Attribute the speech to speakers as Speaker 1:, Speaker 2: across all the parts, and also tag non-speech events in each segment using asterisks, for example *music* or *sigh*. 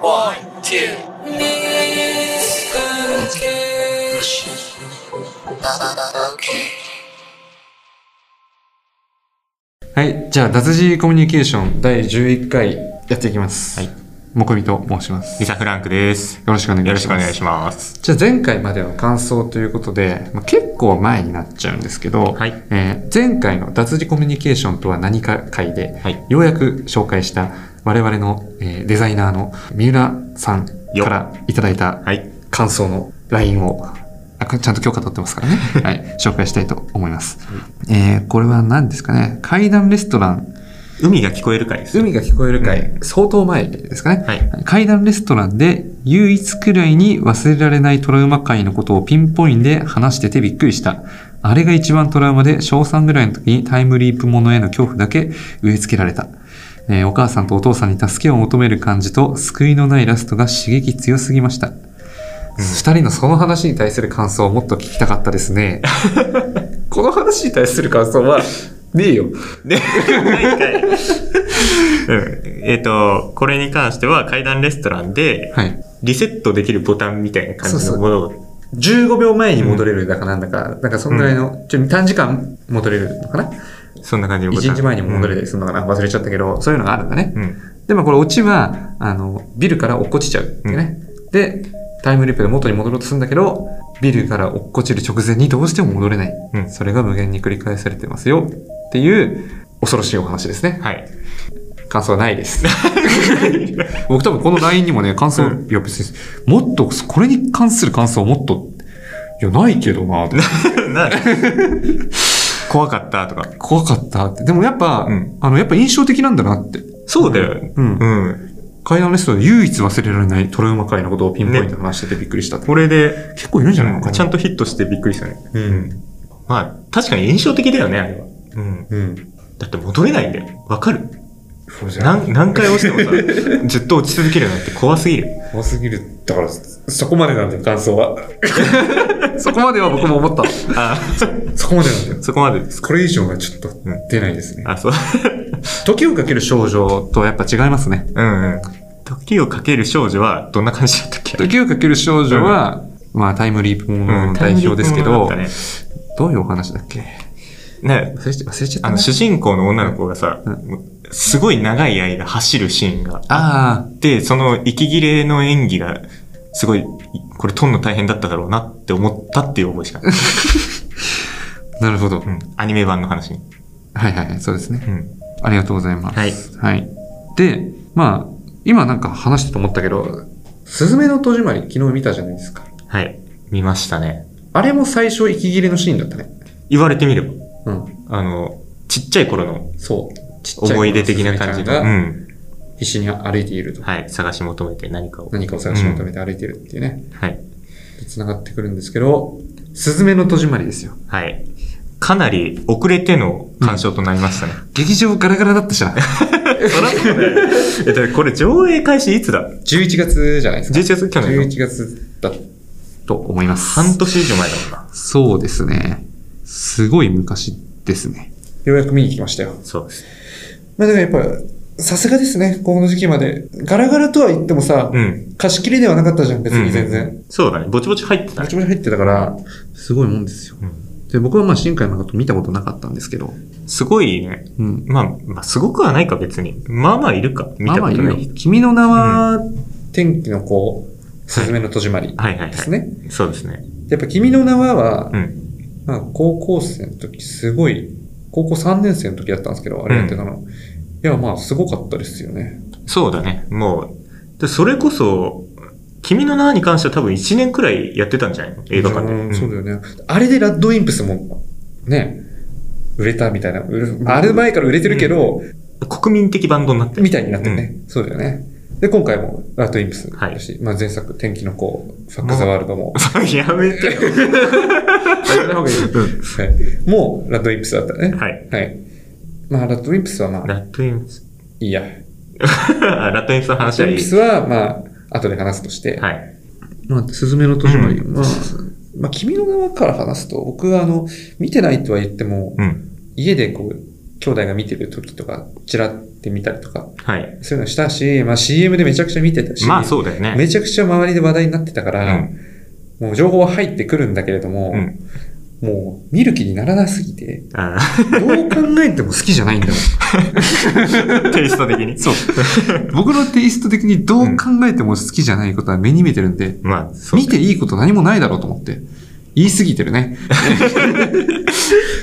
Speaker 1: One, two.
Speaker 2: はい、じゃあ、脱字コミュニケーション第11回やっていきます。
Speaker 3: はい。
Speaker 2: もこみと申します。
Speaker 3: リ
Speaker 2: よ
Speaker 3: サ・フランクです。
Speaker 2: ろしくお願いしま
Speaker 3: よろ
Speaker 2: す。
Speaker 3: しくお願いします。
Speaker 2: じゃあ、前回までの感想ということで、まあ、結構前になっちゃうんですけど、
Speaker 3: はい
Speaker 2: えー前回の脱字コミュニケーションとは何か回で、
Speaker 3: はい
Speaker 2: ようやく紹介した我々の、えーデザイナーの三浦さん
Speaker 3: よ
Speaker 2: からいただいた
Speaker 3: はい。
Speaker 2: 感想の LINE を、あこれちゃんと許可取ってますからね。はい。紹介したいと思います。えーこれは何ですかね。階段レストラン
Speaker 3: 海が聞こえる回です。
Speaker 2: 海が聞こえる回、
Speaker 3: う
Speaker 2: 相当前ですかね、
Speaker 3: はい。
Speaker 2: 階段レストランで唯一くらいに忘れられないトラウマ回のことをピンポインで話しててびっくりした。あれが一番トラウマで、小3ぐらいの時にタイムリープものへの恐怖だけ植え付けられた。えーお母さんとお父さんに助けを求める感じと、救いのないラストが刺激強すぎました。二、人のその話に対する感想をもっと聞きたかったです
Speaker 3: *laughs*
Speaker 2: ね。この話に対する感想は、ねえよ。
Speaker 3: で、ない回。うん。えっ、と、これに関しては階段レストランで、
Speaker 2: はい。
Speaker 3: リセットできるボタンみたいな感じのものを、
Speaker 2: 15秒前に戻れるだかなんだか、なんかそんぐらいの、ちょ短時間戻れるのかな
Speaker 3: そんな感じのボタン。
Speaker 2: ?1 日前にも戻れたりするのかな、忘れちゃったけど、そういうのがあるんだね。
Speaker 3: うん。うん。
Speaker 2: で、まあこれオチは、あの、ビルから落っこちちゃうっていうね。で、タイムリープで元に戻ろうとするんだけど、ビルから落っこちる直前にどうしても戻れない。
Speaker 3: うん
Speaker 2: それが無限に繰り返されてますよ。っていう、恐ろしいお話ですね。
Speaker 3: はい。 *laughs*
Speaker 2: 感想はないです。僕多分この LINE にもね、感想、
Speaker 3: うん
Speaker 2: いや別に、もっと、これに関する感想もっと、いや、ないけどなって
Speaker 3: な怖かったとか。
Speaker 2: 怖かったって。でもやっぱ、
Speaker 3: うん
Speaker 2: あの、やっぱ印象的なんだなって。
Speaker 3: そうだよ。
Speaker 2: うん
Speaker 3: うん。
Speaker 2: 階段レストランで唯一忘れられないトラウマ界のことをピンポイントで話しててびっくりしたって。
Speaker 3: これで、
Speaker 2: 結構いるんじゃないのかな
Speaker 3: ちゃんとヒットしてびっくりしたね。
Speaker 2: うん。
Speaker 3: まあ、確かに印象的だよね、あれは。うん。
Speaker 2: うん。
Speaker 3: だって戻れないんだよ。わかる
Speaker 2: そうじゃん。
Speaker 3: 何何回押しても
Speaker 2: *laughs*
Speaker 3: さ、ずっと落ち続けるなんて怖すぎる。
Speaker 2: 怖すぎる。だから、そこまでなんだよ、感想は。 *laughs* そこまでは僕も思った。
Speaker 3: あ
Speaker 2: そこまでなんだよ。
Speaker 3: そこまでです。
Speaker 2: これ以上がちょっと出ないですね。
Speaker 3: あ、そう。 *laughs*
Speaker 2: 時をかける少女とやっぱ違いますね。
Speaker 3: うんうん。時をかける少女はどんな感じだったっけ
Speaker 2: 時をかける少女は、まあタイムリープものの代表ですけど、
Speaker 3: タイムリープものだったね
Speaker 2: どういうお話だっけ
Speaker 3: ね、
Speaker 2: 忘れちゃ忘れちゃった
Speaker 3: あ
Speaker 2: な
Speaker 3: の、主人公の女の子がさ
Speaker 2: う、
Speaker 3: すごい長い間走るシーンが
Speaker 2: ああ、
Speaker 3: で、その息切れの演技が、すごい、これ撮んの大変だっただろうなって思ったっていう思いしかない。
Speaker 2: なるほど。
Speaker 3: うん。アニメ版の話に。
Speaker 2: はいはいはい、そうですね。
Speaker 3: うん。
Speaker 2: ありがとうございます。
Speaker 3: はい。
Speaker 2: はい。で、まあ、今なんか話したと思ったけど、すずめの戸締まり昨日見たじゃないですか。
Speaker 3: はい。見ましたね。
Speaker 2: あれも最初息切れのシーンだったね。
Speaker 3: 言われてみれば、
Speaker 2: うん。
Speaker 3: あの、ちっちゃい頃の
Speaker 2: そう。ちっちゃい頃の
Speaker 3: 思い出的な感じ
Speaker 2: すずめちゃ
Speaker 3: が、
Speaker 2: ん
Speaker 3: う
Speaker 2: が
Speaker 3: ん。
Speaker 2: 必死に歩いていると。
Speaker 3: はい、探し求めて何かを。
Speaker 2: 何かを探し求めて歩いているっていうね。
Speaker 3: はい。
Speaker 2: 繋がってくるんですけど、すずめの戸締まりですよ。
Speaker 3: はい。かなり遅れての鑑賞となりましたね。
Speaker 2: 劇場ガラガラだったじ
Speaker 3: *laughs*
Speaker 2: ゃん。
Speaker 3: そらそうだよ。え、だってこれ上映開始いつだ ?11
Speaker 2: 11月じゃないですか。
Speaker 3: 月去年の
Speaker 2: 11月だと思います。
Speaker 3: 半年以上前だもんな。
Speaker 2: そうですね。すごい昔ですね。ようやく見に来ましたよ。
Speaker 3: そうです。
Speaker 2: まあだからやっぱ、さすがですね、この時期まで。ガラガラとは言ってもさ、
Speaker 3: うん。
Speaker 2: 貸し切りではなかったじゃん、別に全
Speaker 3: う
Speaker 2: 然。
Speaker 3: ん。そうだね。ぼちぼち入ってた
Speaker 2: め
Speaker 3: ね
Speaker 2: ち。ゃめちゃ入ってたから、すごいもんですよ。
Speaker 3: うん
Speaker 2: で、僕はまあ、新海誠見たことなかったんですけど、
Speaker 3: すごいね。
Speaker 2: うん。
Speaker 3: まあ、まあ、すごくはないか別に。まあまあいるか。見
Speaker 2: まあ
Speaker 3: た
Speaker 2: まあ
Speaker 3: こ
Speaker 2: い
Speaker 3: と
Speaker 2: る
Speaker 3: ない
Speaker 2: よ
Speaker 3: 人。。
Speaker 2: 君の名は、天気の子、すずめの戸締まり
Speaker 3: はいはい
Speaker 2: です
Speaker 3: は
Speaker 2: ね。
Speaker 3: い。そうですね。
Speaker 2: やっぱ君の名はは、
Speaker 3: うん。
Speaker 2: まあ、高校生の時、すごい、高校3年生の時だったんですけど、あれやってたの。いや、まあ、すごかったですよね。
Speaker 3: そうだね。もう、でそれこそ、君の名に関しては多分1年くらいやってたんじゃないの映画館で。
Speaker 2: うん
Speaker 3: ん
Speaker 2: そうだよね。あれでラッドインプスも、ね、売れたみたいな。売るあれ前から売れてるけど、
Speaker 3: 国民的バンドになってる
Speaker 2: みたいになってるね、そうだよね。で、今回もラッドインプスだし、まあ、前作、天気の子、ファックザワールドも、
Speaker 3: *laughs* やめてよ。
Speaker 2: やめた方がいいはいもうラッドインプスだったね。
Speaker 3: はい。
Speaker 2: はい。まあ、ラッドインプスはまあ、
Speaker 3: ラットインス。 *laughs*
Speaker 2: いいや。ラ
Speaker 3: あラットインスの
Speaker 2: ッ
Speaker 3: 話
Speaker 2: ド
Speaker 3: は
Speaker 2: イ
Speaker 3: い
Speaker 2: ンプ
Speaker 3: い。
Speaker 2: スはまあ、後で話すとして、
Speaker 3: はい。
Speaker 2: まあ、すずめの戸締まり、
Speaker 3: う
Speaker 2: まあ、まあ、君の名はから話すと、僕はあの、見てないとは言っても、
Speaker 3: うん。
Speaker 2: 家でこう、兄弟が見てる時とか、チラって見たりとか、
Speaker 3: はい。
Speaker 2: そういうのしたし、まあ CM でめちゃくちゃ見てたし、
Speaker 3: まあそうだよね。
Speaker 2: めちゃくちゃ周りで話題になってたから、
Speaker 3: うん
Speaker 2: もう情報は入ってくるんだけれども、
Speaker 3: うん。
Speaker 2: もう見る気にならなすぎて、
Speaker 3: あ
Speaker 2: どう考えても好きじゃないんだもん。
Speaker 3: ー *laughs* テイスト的に。
Speaker 2: そう。僕のテイスト的にどう考えても好きじゃないことは目に見えてるんで、
Speaker 3: まあ、そう。
Speaker 2: 見ていいこと何もないだろうと思って。言い過ぎてるね。 *laughs*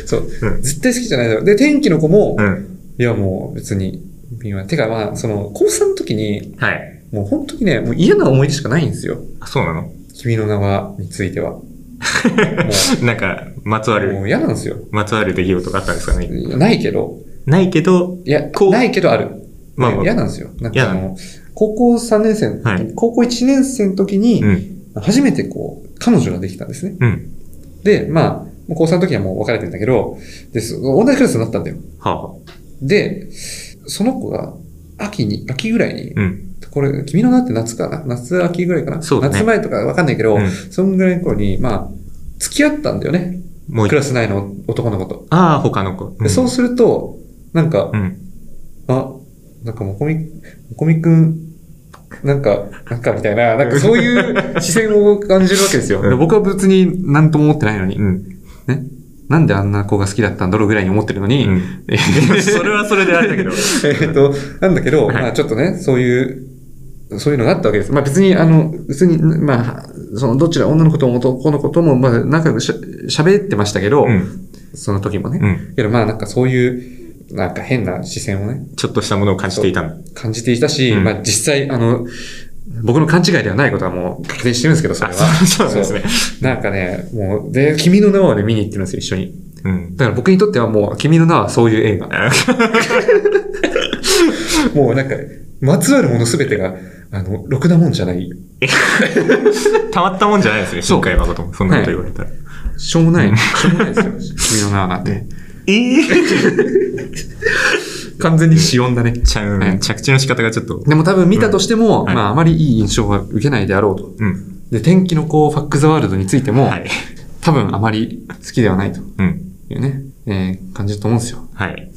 Speaker 2: そう。
Speaker 3: うん
Speaker 2: 絶対好きじゃないだろう。で、天気の子も、
Speaker 3: うん。
Speaker 2: いやもう別に、今、てかまあ、その、高3の時に、
Speaker 3: はい。
Speaker 2: もう本当にね、もう嫌な思い出しかないんですよ。
Speaker 3: あそうなの
Speaker 2: 君の名はについて *laughs* は。も
Speaker 3: なんか、まつわ
Speaker 2: うも
Speaker 3: る、
Speaker 2: う嫌なんですよ。
Speaker 3: まつわる出来事があったんですかね。
Speaker 2: ないけど、
Speaker 3: ないけど、
Speaker 2: いや、
Speaker 3: こう
Speaker 2: ないけどある。
Speaker 3: まあまあ
Speaker 2: 嫌なんですよ。なんか
Speaker 3: 嫌
Speaker 2: あ
Speaker 3: な
Speaker 2: の、高校3年生の時、
Speaker 3: はい
Speaker 2: 高校1年生の時に
Speaker 3: う、ん。
Speaker 2: 初めてこう、彼女ができたんですね。
Speaker 3: うん。
Speaker 2: で、まあ、もう高3の時にはもう別れてんだけど、で、そ同じクラスになったんだよ。
Speaker 3: はあはあ。
Speaker 2: で、その子が、秋に、秋ぐらいに、
Speaker 3: うん。
Speaker 2: これ、君の名って夏かな夏秋ぐらいかな
Speaker 3: そうだね
Speaker 2: 夏前とかわかんないけど、
Speaker 3: うん
Speaker 2: そんぐらいの頃に、まあ、付き合ったんだよね。
Speaker 3: もう
Speaker 2: ク
Speaker 3: 一
Speaker 2: ラス内の男の子と。
Speaker 3: ああ、他の子。
Speaker 2: でそうすると、なんか、
Speaker 3: うん。
Speaker 2: あ、なんかもこみ、もこみくん、なんか、なんかみたいな、なんかそういう視線を感じるわけですよ。
Speaker 3: うん
Speaker 2: で僕は別に何とも思ってないのに、
Speaker 3: うん。
Speaker 2: なんであんな子が好きだったんだろうぐらいに思ってるのに、 *laughs*
Speaker 3: うん。
Speaker 2: え
Speaker 3: *laughs* それはそれであれだけど。
Speaker 2: えっと、なんだけど、
Speaker 3: はい
Speaker 2: まあちょっとね、そういう、そういうのがあったわけです。まあ別に、あの、別に、まあ、その、どちら女の子とも男の子とも、まあ仲良くしゃ喋ってましたけど、
Speaker 3: うん。
Speaker 2: その時もね。
Speaker 3: うん。
Speaker 2: けどまあなんかそういう、なんか変な視線をね、
Speaker 3: ちょっとしたものを感じていたの。
Speaker 2: 感じていたし、
Speaker 3: うん
Speaker 2: まあ実際、あの、僕の勘違いではないことはもう確定してるんですけど、それ
Speaker 3: あ、
Speaker 2: は。
Speaker 3: *laughs* そうそうなんですね。
Speaker 2: なんかね、もう、で、君の名はね、見に行ってるんですよ、一緒に。
Speaker 3: うん。
Speaker 2: だから僕にとってはもう、君の名はそういう映画。 *laughs* もうなんか、まつわるものすべてが、あの、ろくなもんじゃない、
Speaker 3: たまったもんじゃないですね、
Speaker 2: そう
Speaker 3: 新海誠も。そんなこと言われたら。
Speaker 2: しょうもない、しょうもないですよ、君の名はなんて。
Speaker 3: ええ
Speaker 2: 完全に死音だね。
Speaker 3: ちゃ
Speaker 2: は
Speaker 3: う
Speaker 2: い
Speaker 3: ん、着地の仕方がちょっと。
Speaker 2: でも多分見たとしても、
Speaker 3: んはい
Speaker 2: まああまりいい印象は受けないであろうと。
Speaker 3: うん。
Speaker 2: で、天気の子ファックザワールドについても、
Speaker 3: はい。
Speaker 2: 多分あまり好きではないと
Speaker 3: うん。
Speaker 2: いうね、えー感じだと思うんですよ。
Speaker 3: はい。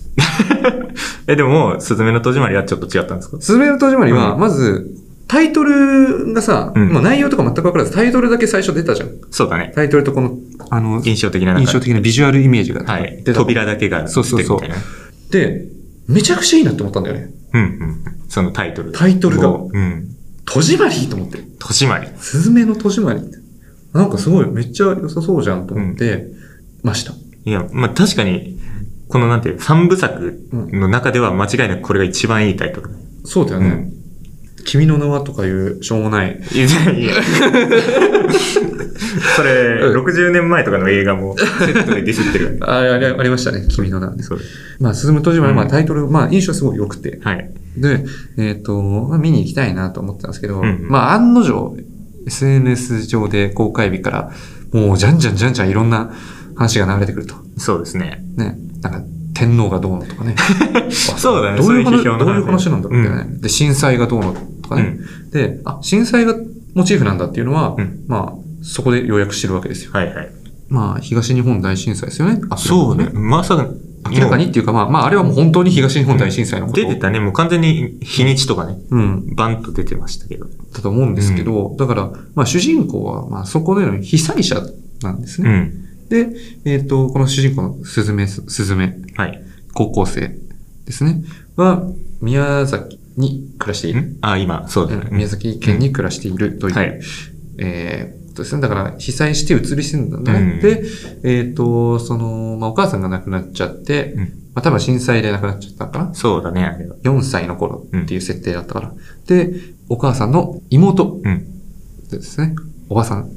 Speaker 3: *laughs* え、でも、すずめの戸締まりはちょっと違ったんですか
Speaker 2: すずめの戸締まりは、
Speaker 3: う
Speaker 2: まず、タイトルがさ、
Speaker 3: うん
Speaker 2: まあ内容とか全く分からず、タイトルだけ最初出たじゃん。
Speaker 3: そうだね。
Speaker 2: タイトルとこの、あの、
Speaker 3: 印象的な。
Speaker 2: 印象的なビジュアルイメージが
Speaker 3: は
Speaker 2: 出
Speaker 3: い。
Speaker 2: た。
Speaker 3: 扉だけが。
Speaker 2: そうそうそう
Speaker 3: 出てるみたいな
Speaker 2: で、めちゃくちゃいいなって思ったんだよね。
Speaker 3: うんうん。そのタイトル。
Speaker 2: タイトルが
Speaker 3: うん。
Speaker 2: 戸締まりと思って。
Speaker 3: 戸締まり。
Speaker 2: スズメの戸締まりって。なんかすごい、めっちゃ良さそうじゃんと思って、ました。
Speaker 3: いや、まあ、確かに、このなんていう、三部作の中では間違いなくこれが一番いいタイトル。
Speaker 2: そうだよね。
Speaker 3: うん
Speaker 2: 君の名はとかいう、しょうもない。
Speaker 3: いや、 *laughs* いや。それ、
Speaker 2: うん
Speaker 3: 60年前とかの映画もセットでディスってる。
Speaker 2: あれ、あれ、ありましたね。君の名はね。
Speaker 3: そう
Speaker 2: まあ、すずめの戸締まり、
Speaker 3: うん
Speaker 2: まあタイトル、まあ、印象すごい良くて。
Speaker 3: はい。
Speaker 2: で、えっ、と、まあ、見に行きたいなと思ってたんですけど、
Speaker 3: うんうん
Speaker 2: まあ、案の定、SNS 上で公開日から、もう、じゃんじゃんじゃんじゃんいろんな話が流れてくると。
Speaker 3: そうですね。
Speaker 2: ね。なんか、天皇がどうのとか
Speaker 3: *laughs*
Speaker 2: ね。
Speaker 3: そうだね
Speaker 2: どういう
Speaker 3: そういう批
Speaker 2: 話、
Speaker 3: 評の話
Speaker 2: どういう話なんだろうってね、で、震災がどうのとかね、で、あ、震災がモチーフなんだっていうのは、
Speaker 3: うん
Speaker 2: まあ、そこで要約してるわけですよ。
Speaker 3: はいはい。
Speaker 2: まあ、東日本大震災ですよね。あ
Speaker 3: そうね。。まさか、
Speaker 2: 明らかにっていうか、まあ、まあ、あれはもう本当に東日本大震災の
Speaker 3: もう
Speaker 2: こと。
Speaker 3: 出てたね。もう完全に日にちとかね、
Speaker 2: うん。
Speaker 3: バンと出てましたけど。
Speaker 2: だと思うんですけど、だから、まあ主人公は、まあそこでの被災者なんです
Speaker 3: う
Speaker 2: ね。
Speaker 3: ん。
Speaker 2: で、えっ、と、この主人公のすずめ、すずめ、
Speaker 3: はい。
Speaker 2: 高校生ですね、は、宮崎に暮らしている。
Speaker 3: んあ、今、そうだ
Speaker 2: う
Speaker 3: ね。
Speaker 2: ん宮崎県に暮らしているという、
Speaker 3: はい
Speaker 2: えーことですね。だから、被災して移り住んだんだね。
Speaker 3: うん
Speaker 2: で、えっ、と、その、まあお母さんが亡くなっちゃって、
Speaker 3: うん
Speaker 2: まあ多分震災で亡くなっちゃったのかな。
Speaker 3: そうだね、あれは。
Speaker 2: 4歳の頃っていう設定だったから。で、お母さんの妹
Speaker 3: うん。
Speaker 2: ですね、おばさん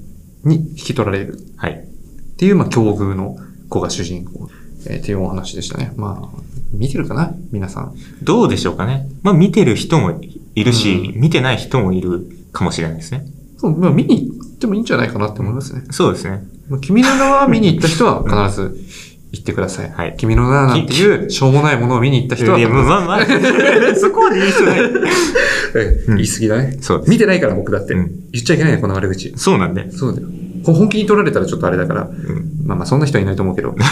Speaker 2: に引き取られる
Speaker 3: はい。
Speaker 2: っていう、まあ、境遇の子が主人公、えーっていうお話でしたね。まあ、見てるかな皆さん。
Speaker 3: どうでしょうかね。まあ、見てる人もいるし、
Speaker 2: う
Speaker 3: 見てない人もいるかもしれないですね。
Speaker 2: そう、まあ、見に行ってもいいんじゃないかなって思いますね。
Speaker 3: そうですね。
Speaker 2: まあ、君の名は見に行った人は必ず行ってください。
Speaker 3: はい
Speaker 2: 君の名はなんていう、しょうもないものを見に行った人は、
Speaker 3: いや、まあま
Speaker 2: *laughs*
Speaker 3: あ、そこまで言う必要ない。
Speaker 2: え
Speaker 3: うん
Speaker 2: 言い過ぎだね。
Speaker 3: そうです。
Speaker 2: 見てないから僕だって。
Speaker 3: うん
Speaker 2: 言っちゃいけないね、この悪口。
Speaker 3: そうなんで。
Speaker 2: そうだよ。こう本気に取られたらちょっとあれだから、
Speaker 3: うん
Speaker 2: *laughs* まあまあそんな人はいないと思うけど。
Speaker 3: は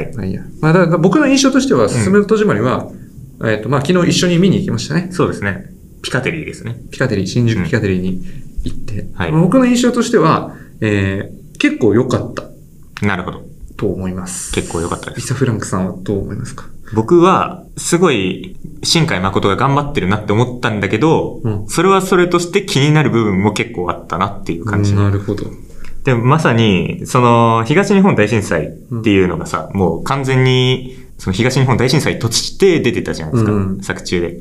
Speaker 3: い。
Speaker 2: まあいいや。まあ、だから僕の印象としては、すすめの戸締まりは、えっ、と、まあ、昨日一緒に見に行きましたね。
Speaker 3: そうですね。ピカテリーですね。
Speaker 2: ピカデリー、新
Speaker 3: う
Speaker 2: 宿
Speaker 3: ん
Speaker 2: ピカデリーに行って。
Speaker 3: はい
Speaker 2: まあ僕の印象としては、えー、結構良かった
Speaker 3: なるほど。
Speaker 2: と思います。
Speaker 3: 結構良かったで
Speaker 2: リ
Speaker 3: す。
Speaker 2: サ・フランクさんはどう思いますか
Speaker 3: 僕は、すごい、新海誠が頑張ってるなって思ったんだけど、
Speaker 2: うん
Speaker 3: それはそれとして気になる部分も結構あったなっていう感じ。
Speaker 2: なるほど。
Speaker 3: でもまさに、その、東日本大震災っていうのがさ、もう完全に、その東日本大震災として出てたじゃないですか、
Speaker 2: うんうん
Speaker 3: 作中で。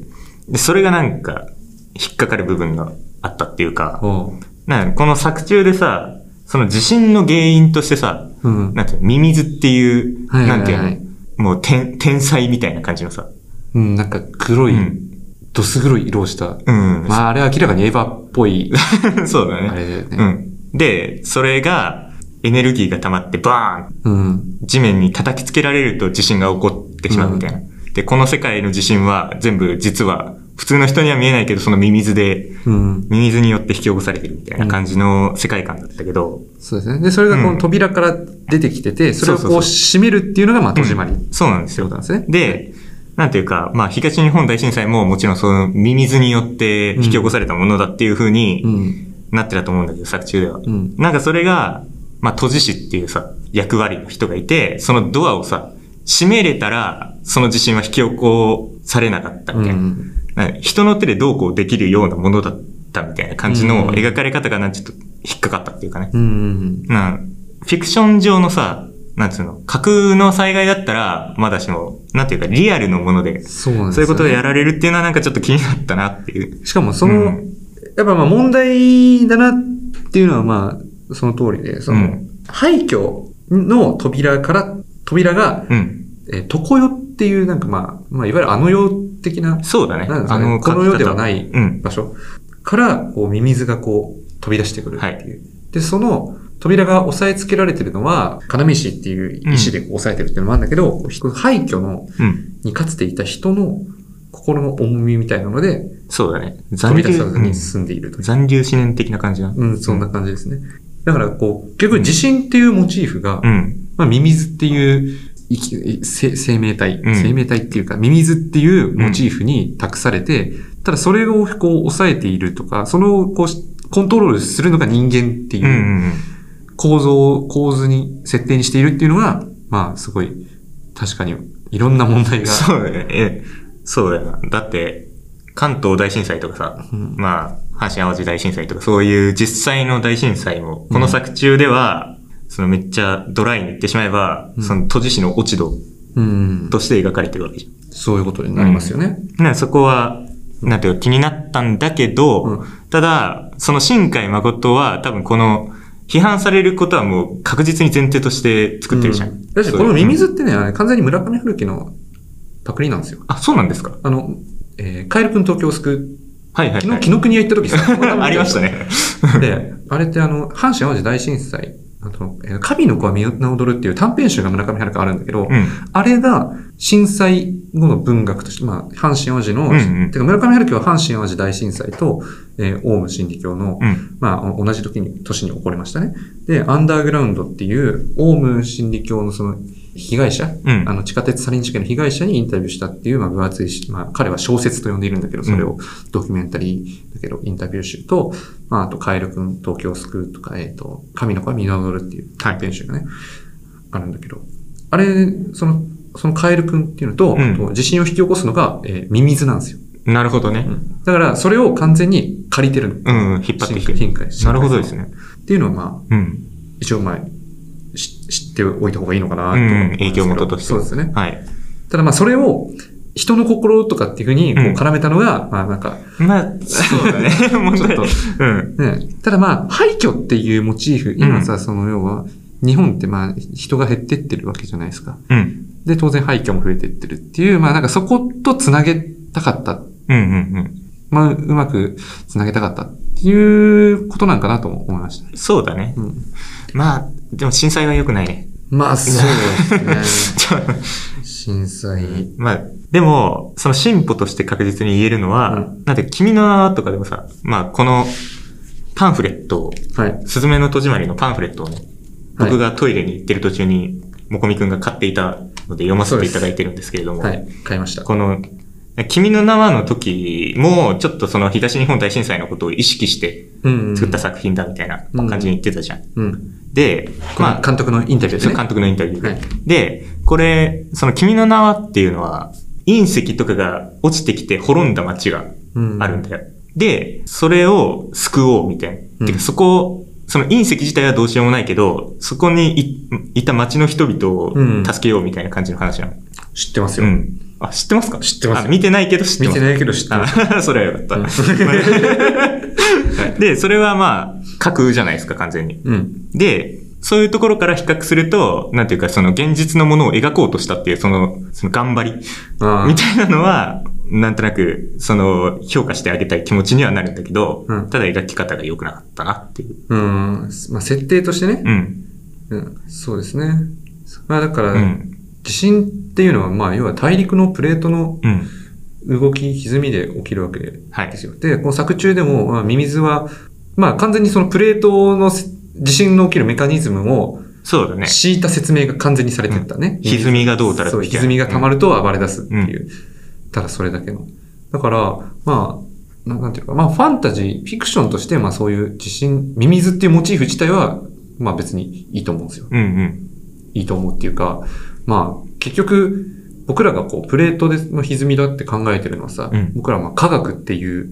Speaker 3: で、それがなんか、引っかかる部分があったっていうか、
Speaker 2: あ
Speaker 3: なんかこの作中でさ、その地震の原因としてさ、
Speaker 2: あ。うん。
Speaker 3: なんていうのミミズっていう、
Speaker 2: はいはいはい
Speaker 3: なんていうの、もう天、天才みたいな感じのさ、
Speaker 2: うん、なんか黒
Speaker 3: う
Speaker 2: い、
Speaker 3: ん。
Speaker 2: どす黒い色をした。
Speaker 3: うん。
Speaker 2: まあ、あれは明らかにエヴァっぽい、
Speaker 3: *laughs* そうだ
Speaker 2: あ
Speaker 3: ね。
Speaker 2: れだよ
Speaker 3: う
Speaker 2: ね。
Speaker 3: ん。で、それが、エネルギーが溜まってバーン
Speaker 2: うん。
Speaker 3: 地面に叩きつけられると地震が起こってしまうみたいな。で、この世界の地震は全部実は普通の人には見えないけどそのミミズで、
Speaker 2: うん。
Speaker 3: ミミズによって引き起こされてるみたいな感じの世界観だったけど、
Speaker 2: そうですね。で、それがこ
Speaker 3: うん
Speaker 2: の扉から出てきてて、それをこ
Speaker 3: そううそう
Speaker 2: 閉めるっていうのが、まあ、戸締まり。
Speaker 3: そうなんですよ。
Speaker 2: そうなんですね
Speaker 3: で、なんていうか、まあ東日本大震災ももちろんそのミミズによって引き起こされたものだっていう風
Speaker 2: う
Speaker 3: に
Speaker 2: ん。
Speaker 3: なってたと思うんだけど、作中では。
Speaker 2: うん。
Speaker 3: なんかそれが、まあ、閉じ師っていうさ、役割の人がいて、そのドアをさ、閉めれたら、その地震は引き起こされなかったみたいな。
Speaker 2: うん
Speaker 3: なんか人の手でどうこうできるようなものだったみたいな感じ
Speaker 2: うん
Speaker 3: の描かれ方がなんかちょっと引っかかったっていうかね。
Speaker 2: うん。
Speaker 3: なんフィクション上のさ、なんつうの、架空の災害だったら、まだしも、なんていうかリアルのもので、
Speaker 2: そうなんです
Speaker 3: そう
Speaker 2: よね
Speaker 3: いうことをやられるっていうのはなんかちょっと気になったなっていう。
Speaker 2: しかも、そうの、
Speaker 3: ん
Speaker 2: やっぱまあ、問題だなっていうのは、まあ、その通りで、そうの、
Speaker 3: ん
Speaker 2: 廃墟の扉から、扉が、
Speaker 3: うん。
Speaker 2: えー床用っていう、なんかまあ、まあ、いわゆるあの世的な
Speaker 3: そうだね。
Speaker 2: なんですかね
Speaker 3: の
Speaker 2: この世ではない
Speaker 3: うん。
Speaker 2: 場所から、こう、ミミズがこう、飛び出してくるっていう。
Speaker 3: は
Speaker 2: で、その、扉が押さえつけられてるのは、要石っていう石でこう押さえてるっていうのもあるんだけど、こう廃墟の、
Speaker 3: うん。
Speaker 2: にかつていた人の心の重みみたいなので、
Speaker 3: そうだね。
Speaker 2: 飛
Speaker 3: 残
Speaker 2: び
Speaker 3: 留、
Speaker 2: 出さず
Speaker 3: うん
Speaker 2: に進んでいるという。
Speaker 3: 残留思念的な感じな。
Speaker 2: うん、そんな感じですね。だから、こう、結局地震っていうモチーフが、
Speaker 3: うん。
Speaker 2: まあ、ミミズっていう生きい生生命体、
Speaker 3: うん
Speaker 2: 生命体っていうか、ミミズっていうモチーフに託されて、ただそれをこう抑えているとか、そのこうしコントロールするのが人間って
Speaker 3: うんう
Speaker 2: いうん構造を構図に設定にしているっていうのが、まあすごい、確かにいろんな問題
Speaker 3: うん。
Speaker 2: が。
Speaker 3: そうだね。え、そうだよな。だって、関東大震災とかさ、
Speaker 2: うん
Speaker 3: まあ、阪神淡路大震災とか、そういう実際の大震災も、この作中では、そのめっちゃドライに言ってしまえば、
Speaker 2: うん
Speaker 3: その都知事の落ち度
Speaker 2: うん。
Speaker 3: として描かれてるわけじゃ
Speaker 2: そういうことになりますよね。
Speaker 3: ん。ね、そこは、なんていうか気になったんだけど、
Speaker 2: うん
Speaker 3: ただ、その新海誠は多分この、批判されることはもう確実に前提として作ってるじゃん。
Speaker 2: うだし、このミミズってね、あれ完全に村上春樹のパクリなんですよ。
Speaker 3: あ、そうなんですか
Speaker 2: あの、えーカエル君東京を救う
Speaker 3: はいはい、
Speaker 2: 昨
Speaker 3: は
Speaker 2: 日、
Speaker 3: い。
Speaker 2: 紀ノ国屋行った時さ
Speaker 3: *laughs* ありました。ね。
Speaker 2: で、あれってあの、阪神淡路大震災、あと、えー神の子はみんな踊るっていう短編集が村上春樹あるんだけど、
Speaker 3: うん。
Speaker 2: あれが震災後の文学として、まあ、阪神淡路の、
Speaker 3: うんうん
Speaker 2: てか村上春樹は阪神淡路大震災と、えーオウム真理教の、
Speaker 3: うん。
Speaker 2: まあ、お同じ時に、年に起こりましたね。で、アンダーグラウンドっていう、オウム真理教のその、被害者、
Speaker 3: うん
Speaker 2: あの、地下鉄サリン事件の被害者にインタビューしたっていう、まあ、分厚いし、まあ、彼は小説と呼んでいるんだけど、それをドキュメンタリーだけど、インタビュー集と、まあ、あと、カエル君、東京を救うとか、えっ、と、神の子は実るっていう短編集がね、あるんだけど、あれ、その、そのカエル君っていうのと、
Speaker 3: うん
Speaker 2: あと地震を引き起こすのが、えーミミズなんですよ。
Speaker 3: なるほどね。
Speaker 2: だから、それを完全に借りてるの。
Speaker 3: うん、うん、引っ張ってきて
Speaker 2: 新海新海
Speaker 3: なるほどですね。
Speaker 2: っていうのは、まあ、
Speaker 3: うん。
Speaker 2: 一応まあ、し知っておいた方がいいのかなと
Speaker 3: う
Speaker 2: 思
Speaker 3: ん
Speaker 2: うん
Speaker 3: う
Speaker 2: ですけど
Speaker 3: ん、影響元として。
Speaker 2: そうですね。
Speaker 3: はい。
Speaker 2: ただまあそれを人の心とかっていうふうにこう
Speaker 3: うん
Speaker 2: 絡めたのが、まあなんか、
Speaker 3: まあ、そうだね。 *laughs*
Speaker 2: *laughs*
Speaker 3: 問
Speaker 2: ちょっ
Speaker 3: 題
Speaker 2: と。、
Speaker 3: うん。
Speaker 2: ね、ただまあ廃墟っていうモチーフ、今さ、その要は、日本ってまあ人が減ってってるわけじゃないですか。
Speaker 3: うん。
Speaker 2: で、当然廃墟も増えてってるっていう、まあなんかそことつなげたかった。
Speaker 3: うんうん
Speaker 2: まあうまくつなげたかったっていうことなんかなと思いました。
Speaker 3: うん。そうだね。
Speaker 2: うん、
Speaker 3: まあ、でも震災は良くないね。 *laughs*
Speaker 2: まあそうですね。 *laughs*
Speaker 3: ちょ
Speaker 2: 震災。
Speaker 3: まあ、でも、その進歩として確実に言えるのは、
Speaker 2: うん
Speaker 3: なんて、君の名はとかでもさ、まあ、このパンフレットを、
Speaker 2: はい。
Speaker 3: すずめの戸締まりのパンフレットをね、
Speaker 2: はい
Speaker 3: 僕がトイレに行ってる途中にもこみくんが買っていたので読ませていただいてるんですけれども、
Speaker 2: はい、買いました。
Speaker 3: この、君の名はの時も、ちょっとその東日本大震災のことを意識して
Speaker 2: うん
Speaker 3: 作った作品だみたいな感じに言ってたじゃん。
Speaker 2: うん。
Speaker 3: で、
Speaker 2: まあ、監督のインタビューです
Speaker 3: そう
Speaker 2: ね。
Speaker 3: 監督のインタビューで。
Speaker 2: はい
Speaker 3: で、これ、その君の名はっていうのは、隕石とかが落ちてきて滅んだ街があるんだよ。で、それを救おうみたいな。
Speaker 2: うん
Speaker 3: てかそこ、その隕石自体はどうしようもないけど、そこにいいた街の人々を助けようみたいな感じの話なの。
Speaker 2: 知ってます
Speaker 3: う
Speaker 2: よ。
Speaker 3: ん。あ、知ってますか
Speaker 2: 知ってます
Speaker 3: あ見てないけど知って
Speaker 2: 見
Speaker 3: ます。
Speaker 2: てないけど知ってます。
Speaker 3: あ *laughs* それはよかった。で、それはまあ、架空じゃないですか、完全に。
Speaker 2: うん。
Speaker 3: で、そういうところから比較すると、なんていうか、その現実のものを描こうとしたっていう、その、その頑張り、
Speaker 2: あ
Speaker 3: みたいなのは、なんとなく、その、評価してあげたい気持ちにはなるんだけど、
Speaker 2: うん
Speaker 3: ただ描き方が良くなかったなっていう。
Speaker 2: あ。うん。まあ、設定としてね
Speaker 3: う。ん。
Speaker 2: うん。そうですね。まあ、だか
Speaker 3: う
Speaker 2: ら、
Speaker 3: ん。
Speaker 2: 地震っていうのは、まあ、要は大陸のプレートの
Speaker 3: うん。
Speaker 2: 動き、歪みで起きるわけで
Speaker 3: はい
Speaker 2: ですよ。で、この作中でも、まあ、ミミズは、まあ、完全にそのプレートのせ地震の起きるメカニズムを
Speaker 3: そうだね。
Speaker 2: 敷いた説明が完全にされてたね。
Speaker 3: うん歪みがどうたら
Speaker 2: そう、
Speaker 3: みたいな
Speaker 2: 歪みが溜まると暴れ出すっていう。ただそれだけの。だから、まあ、ななんていうか、まあ、ファンタジー、フィクションとして、まあ、そういう地震、ミミズっていうモチーフ自体は、まあ、別にいいと思うんですよ。
Speaker 3: うんうん。
Speaker 2: いいと思うっていうか、まあ、結局、僕らがこう、プレートでの歪みだって考えてるのはさ、
Speaker 3: うん
Speaker 2: 僕らはまあ科学っていう、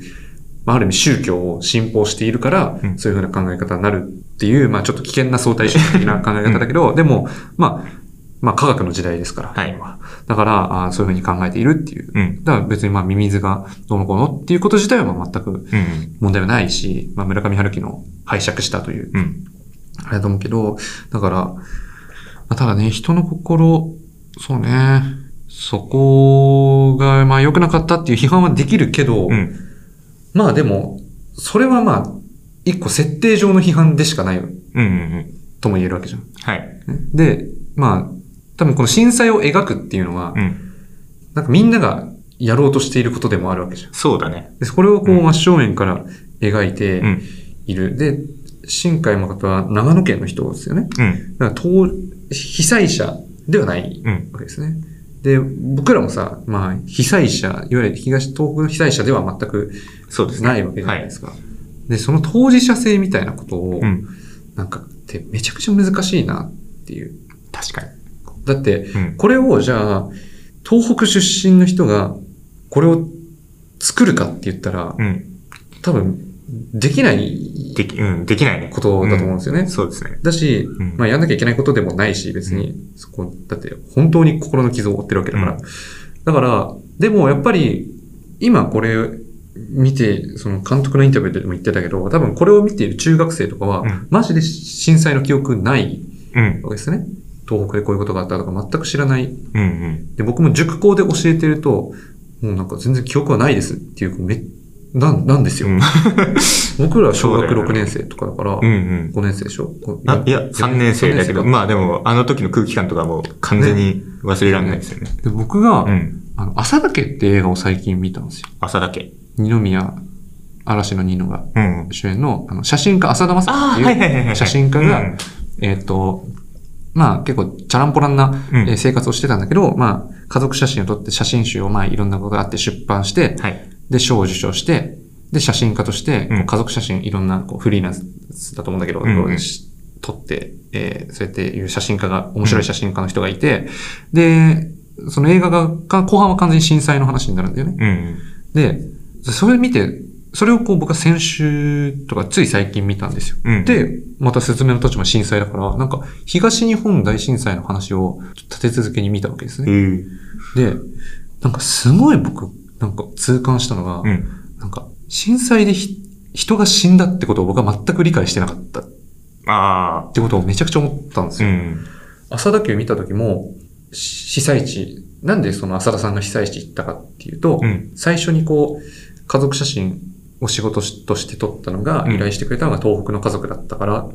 Speaker 2: まあ、ある意味宗教を信奉しているから、
Speaker 3: うん
Speaker 2: そういうふうな考え方になるっていう、まあ、ちょっと危険な相対主義的な考え方だけど、でも、まあ、まあ、科学の時代ですから、
Speaker 3: はい
Speaker 2: 今だからあー、そういうふうに考えているっていう。
Speaker 3: うん。
Speaker 2: だから別にまあ、ミミズがどうのこうのっていうこと自体はまあ全く
Speaker 3: うん。
Speaker 2: 問題はないし、まあ、村上春樹の拝借したという
Speaker 3: うん。
Speaker 2: あれだと思うけど、だから、まあ、ただね、人の心、そうね、そこが、まあ良くなかったっていう批判はできるけど、
Speaker 3: うん。
Speaker 2: まあでも、それはまあ、一個設定上の批判でしかない
Speaker 3: うん。うん。
Speaker 2: とも言えるわけじゃん。
Speaker 3: はい。
Speaker 2: で、まあ、多分この震災を描くっていうのは、
Speaker 3: うん。
Speaker 2: なんかみんながやろうとしていることでもあるわけじゃん。
Speaker 3: そうだね。
Speaker 2: でこれをこ
Speaker 3: う
Speaker 2: うん真正面から描いて
Speaker 3: うん。
Speaker 2: いる。で、新海誠は長野県の人ですよね。
Speaker 3: うん。
Speaker 2: だから当被災者ではない
Speaker 3: うん。
Speaker 2: わけですね。で、僕らもさ、まあ、被災者、いわゆる東東北の被災者では全く
Speaker 3: そうですね。
Speaker 2: ないわけじゃないですか。で、その当事者性みたいなことを、
Speaker 3: うん。
Speaker 2: なんかってめちゃくちゃ難しいなっていう。
Speaker 3: 確かに。
Speaker 2: だって、
Speaker 3: うん。
Speaker 2: これをじゃあ、東北出身の人が、これを作るかって言ったら、
Speaker 3: うん。
Speaker 2: 多分、できない
Speaker 3: でき、うん。できないね。
Speaker 2: ことだと思うんですよね。
Speaker 3: そうですね。
Speaker 2: だし、
Speaker 3: うん
Speaker 2: まあやんなきゃいけないことでもないし、別に、そこ、だって本当に心の傷を負ってるわけだから。
Speaker 3: うん
Speaker 2: だから、でもやっぱり、今これ見て、その監督のインタビューでも言ってたけど、多分これを見ている中学生とかは、
Speaker 3: うん
Speaker 2: マジで震災の記憶ない
Speaker 3: うん。
Speaker 2: わけですね。東北でこういうことがあったとか全く知らない。
Speaker 3: うん。うん。
Speaker 2: で、僕も塾校で教えてると、もうなんか全然記憶はないですっていう子め、なん、なんですよ。
Speaker 3: うん
Speaker 2: 僕らは小
Speaker 3: そう
Speaker 2: 学
Speaker 3: だよね
Speaker 2: 6年生とかだから、
Speaker 3: うん。うん。
Speaker 2: 5年生でしょ
Speaker 3: あ、いや、3年生だけど、
Speaker 2: 三年生か
Speaker 3: まあでも、あの時の空気感とかもう完全に忘れられないですよね。
Speaker 1: で僕が、
Speaker 3: うん。
Speaker 1: あの、浅田家って映画を最近見たんですよ。
Speaker 3: 朝だけ。
Speaker 1: 二宮、嵐の二野が
Speaker 3: うん。
Speaker 1: 主演の、あの、写真家、浅田正
Speaker 3: ああ、
Speaker 1: 樹
Speaker 3: は
Speaker 1: っ
Speaker 3: い
Speaker 1: てい
Speaker 3: は
Speaker 1: う、
Speaker 3: いはいはい。
Speaker 1: 写真家が
Speaker 3: うん
Speaker 1: えっ、と、まあ結構チャランポランな、
Speaker 3: うん
Speaker 1: えー生活をしてたんだけど、まあ家族写真を撮って写真集をまあいろんなことがあって出版して、
Speaker 3: はい。
Speaker 1: で、賞を受賞して、で、写真家として、こ
Speaker 3: う
Speaker 1: うん家族写真、いろんなこうフリーランスだと思うんだけど、
Speaker 3: うんうん
Speaker 1: こうし撮って、えーそうやっていう写真家が、面白い写真家の人がいて、で、その映画が、か後半は完全に震災の話になるんだよね。
Speaker 3: うん。
Speaker 1: で、それ見て、それをこう僕は先週とかつい最近見たんですよ。
Speaker 3: うん。、
Speaker 1: で、また説明の立場震災だから、なんか東日本大震災の話をちょっと立て続けに見たわけです
Speaker 3: う
Speaker 1: ね。
Speaker 3: ん。
Speaker 1: で、なんかすごい僕、なんか痛感したのが、
Speaker 3: うん。
Speaker 1: なんか、震災でひ人が死んだってことを僕は全く理解してなかったっ
Speaker 3: ああ。
Speaker 1: てことをめちゃくちゃ思ったんです
Speaker 3: う
Speaker 1: よ。
Speaker 3: ん。
Speaker 2: 浅田家を見た時も、し被災地、なんでその浅田さんが被災地行ったかっていうと、
Speaker 3: うん。
Speaker 2: 最初にこう、家族写真を仕事しとして撮ったのが、
Speaker 3: うん
Speaker 2: 依頼してくれたのが東北の家族だったから、っ